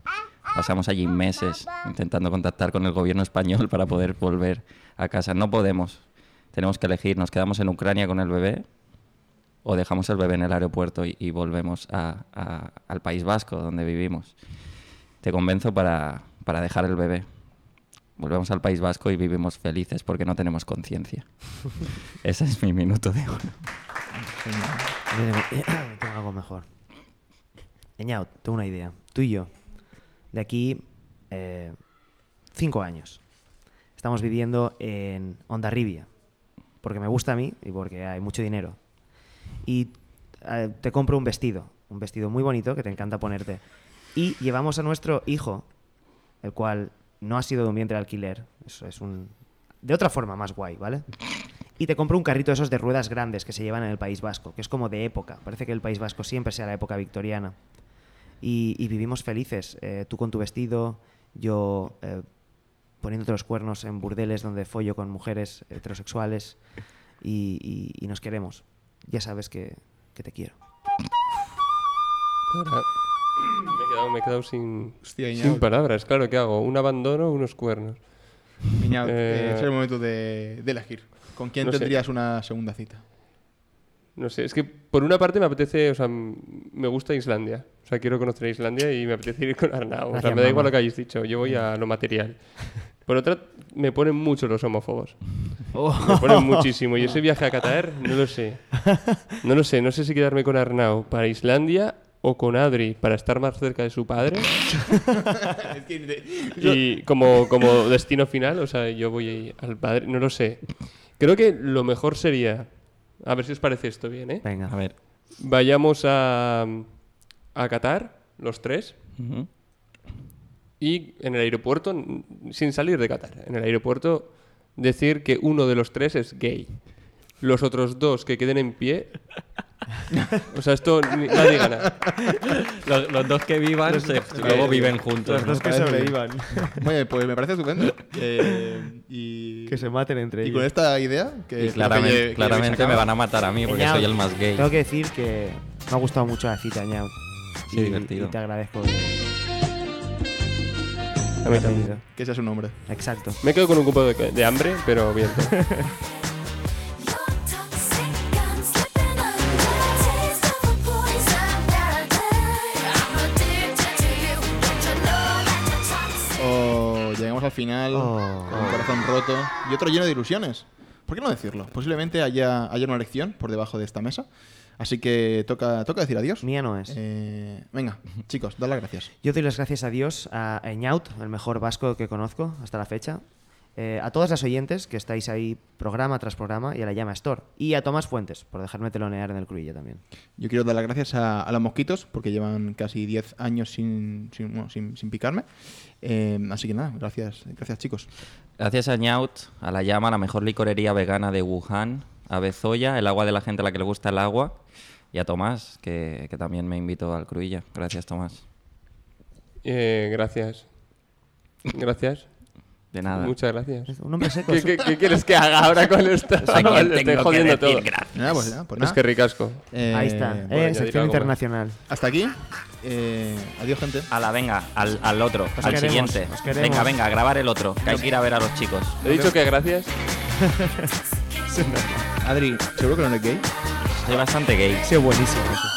Speaker 2: Pasamos allí meses intentando contactar con el gobierno español para poder volver a casa. No podemos. Tenemos que elegir, nos quedamos en Ucrania con el bebé o dejamos el bebé en el aeropuerto y, y volvemos a- a- al País Vasco, donde vivimos. Te convenzo para, para dejar el bebé. Volvemos al País Vasco y vivimos felices porque no tenemos conciencia. [laughs] Ese es mi minuto de oro.
Speaker 3: [clears throat] Tengo algo mejor. Eñaut, tengo una idea. Tú y yo, de aquí eh, cinco años, estamos viviendo en Ondarribia, porque me gusta a mí y porque hay mucho dinero. Y eh, te compro un vestido, un vestido muy bonito que te encanta ponerte. Y llevamos a nuestro hijo, el cual no ha sido de un vientre de alquiler, eso es un... De otra forma más guay, ¿vale? Y te compro un carrito de esos de ruedas grandes que se llevan en el País Vasco, que es como de época. Parece que el País Vasco siempre sea la época victoriana. Y, y vivimos felices. eh, tú con tu vestido, yo eh, poniéndote los cuernos en burdeles donde follo con mujeres heterosexuales y, y- y nos queremos. Ya sabes que, que te quiero.
Speaker 6: Ahora- Me he quedado, me he quedado sin,
Speaker 1: Hostia,
Speaker 6: sin
Speaker 1: Iñaki.
Speaker 6: palabras. Claro, ¿qué hago? ¿Un abandono o unos cuernos?
Speaker 1: Iñaut, eh,
Speaker 6: Eh,
Speaker 1: es el momento de, de elegir. ¿Con quién
Speaker 6: no sé.
Speaker 1: tendrías una segunda cita?
Speaker 6: No sé, es que por una parte me apetece, o sea, m- me gusta Islandia. O sea, quiero conocer Islandia y me apetece ir con Arnau. O sea,
Speaker 3: Gracias,
Speaker 6: me da igual
Speaker 3: mamá.
Speaker 6: lo que hayáis dicho, yo voy a lo material. Por otra, me ponen mucho los homófobos. Me ponen muchísimo. Y ese viaje a Qatar, no lo sé. No lo sé, no sé si quedarme con Arnau para Islandia o con Adri para estar más cerca de su padre. y como, como destino final, o sea, yo voy al padre, no lo sé. Creo que lo mejor sería, a ver si os parece esto bien, ¿eh?
Speaker 3: Venga.
Speaker 2: A ver.
Speaker 6: Vayamos a, a Qatar, los tres,
Speaker 2: Ujú.
Speaker 6: y en el aeropuerto, n- sin salir de Qatar, en el aeropuerto decir que uno de los tres es gay. Los otros dos que queden en pie... O sea, esto ni- nadie gana.
Speaker 2: Los, los dos que vivan,
Speaker 6: Los
Speaker 2: se-
Speaker 6: dos que-
Speaker 2: luego viven juntos.
Speaker 3: Los
Speaker 2: ¿no?
Speaker 3: dos que sobrevivan.
Speaker 1: Oye, pues me parece
Speaker 3: [laughs]
Speaker 1: estupendo. Eh, y...
Speaker 3: Que se maten entre
Speaker 1: Y
Speaker 3: ellos.
Speaker 1: con esta idea, que es
Speaker 2: Y
Speaker 1: lo que
Speaker 2: claramente-
Speaker 1: lle- que
Speaker 2: claramente
Speaker 1: lleváis a cabo.
Speaker 2: me van a matar a mí, porque
Speaker 3: Ñau,
Speaker 2: soy el más gay.
Speaker 3: Tengo que decir que me ha gustado mucho la cita, Ñau.
Speaker 2: Sí,
Speaker 3: Y-
Speaker 2: divertido.
Speaker 3: Y te agradezco. que-
Speaker 6: A mí también.
Speaker 1: Que seas un hombre.
Speaker 3: Exacto.
Speaker 6: Me quedo con un cupo de, de hambre, pero
Speaker 3: [laughs]
Speaker 6: bien.
Speaker 1: O llegamos al final
Speaker 3: Oh.
Speaker 1: con un corazón roto y otro lleno de ilusiones. ¿Por qué no decirlo? Posiblemente haya, haya una lección por debajo de esta mesa. Así que toca, toca decir adiós.
Speaker 3: Mía no es.
Speaker 1: Eh, venga, chicos, dad las gracias.
Speaker 3: Yo doy las gracias a Dios, a Eñaut, el mejor vasco que conozco hasta la fecha, eh, a todas las oyentes que estáis ahí programa tras programa y a la llama Store, y a Tomás Fuentes por dejarme telonear en el Cruilla también.
Speaker 1: [laughs]
Speaker 3: [laughs]
Speaker 1: Yo quiero dar las gracias a, a los mosquitos porque llevan casi 10 años sin, sin, bueno, sin- sin picarme. Eh, así que nada, gracias, gracias chicos.
Speaker 2: Gracias a Ñaut, a La Llama, la mejor licorería vegana de Wuhan, a Bezoya, el agua de la gente a la que le gusta el agua, y a Tomás, que, que también me invitó al Cruilla. Gracias, Tomás.
Speaker 6: Eh, gracias. Gracias.
Speaker 2: [laughs] De nada.
Speaker 6: Muchas gracias.
Speaker 3: Un hombre seco.
Speaker 6: ¿Qué, qué- qué quieres que haga ahora
Speaker 2: [laughs]
Speaker 6: con
Speaker 3: [laughs]
Speaker 6: esto? [laughs]
Speaker 2: ¿A quién
Speaker 6: Le
Speaker 2: tengo
Speaker 6: estoy
Speaker 2: que
Speaker 6: jodiendo
Speaker 2: decir
Speaker 6: todo.
Speaker 2: gracias?
Speaker 1: Nada, pues nada, pues
Speaker 6: Es
Speaker 1: nada.
Speaker 6: que ricasco.
Speaker 1: Eh,
Speaker 3: Ahí está,
Speaker 1: bueno,
Speaker 3: eh,
Speaker 6: ya dirá
Speaker 3: sección
Speaker 6: algo
Speaker 3: internacional.
Speaker 1: Hasta aquí. Eh, adiós, gente.
Speaker 2: A la venga, al, al otro,
Speaker 3: Os
Speaker 2: al
Speaker 3: queremos,
Speaker 2: siguiente.
Speaker 3: os queremos.
Speaker 2: Venga, venga, a grabar el otro, que hay que ir a ver a los chicos.
Speaker 6: He dicho que gracias.
Speaker 1: [laughs] Adri, ¿seguro que no eres gay?
Speaker 2: Soy bastante gay.
Speaker 3: Sí, buenísimo. eso.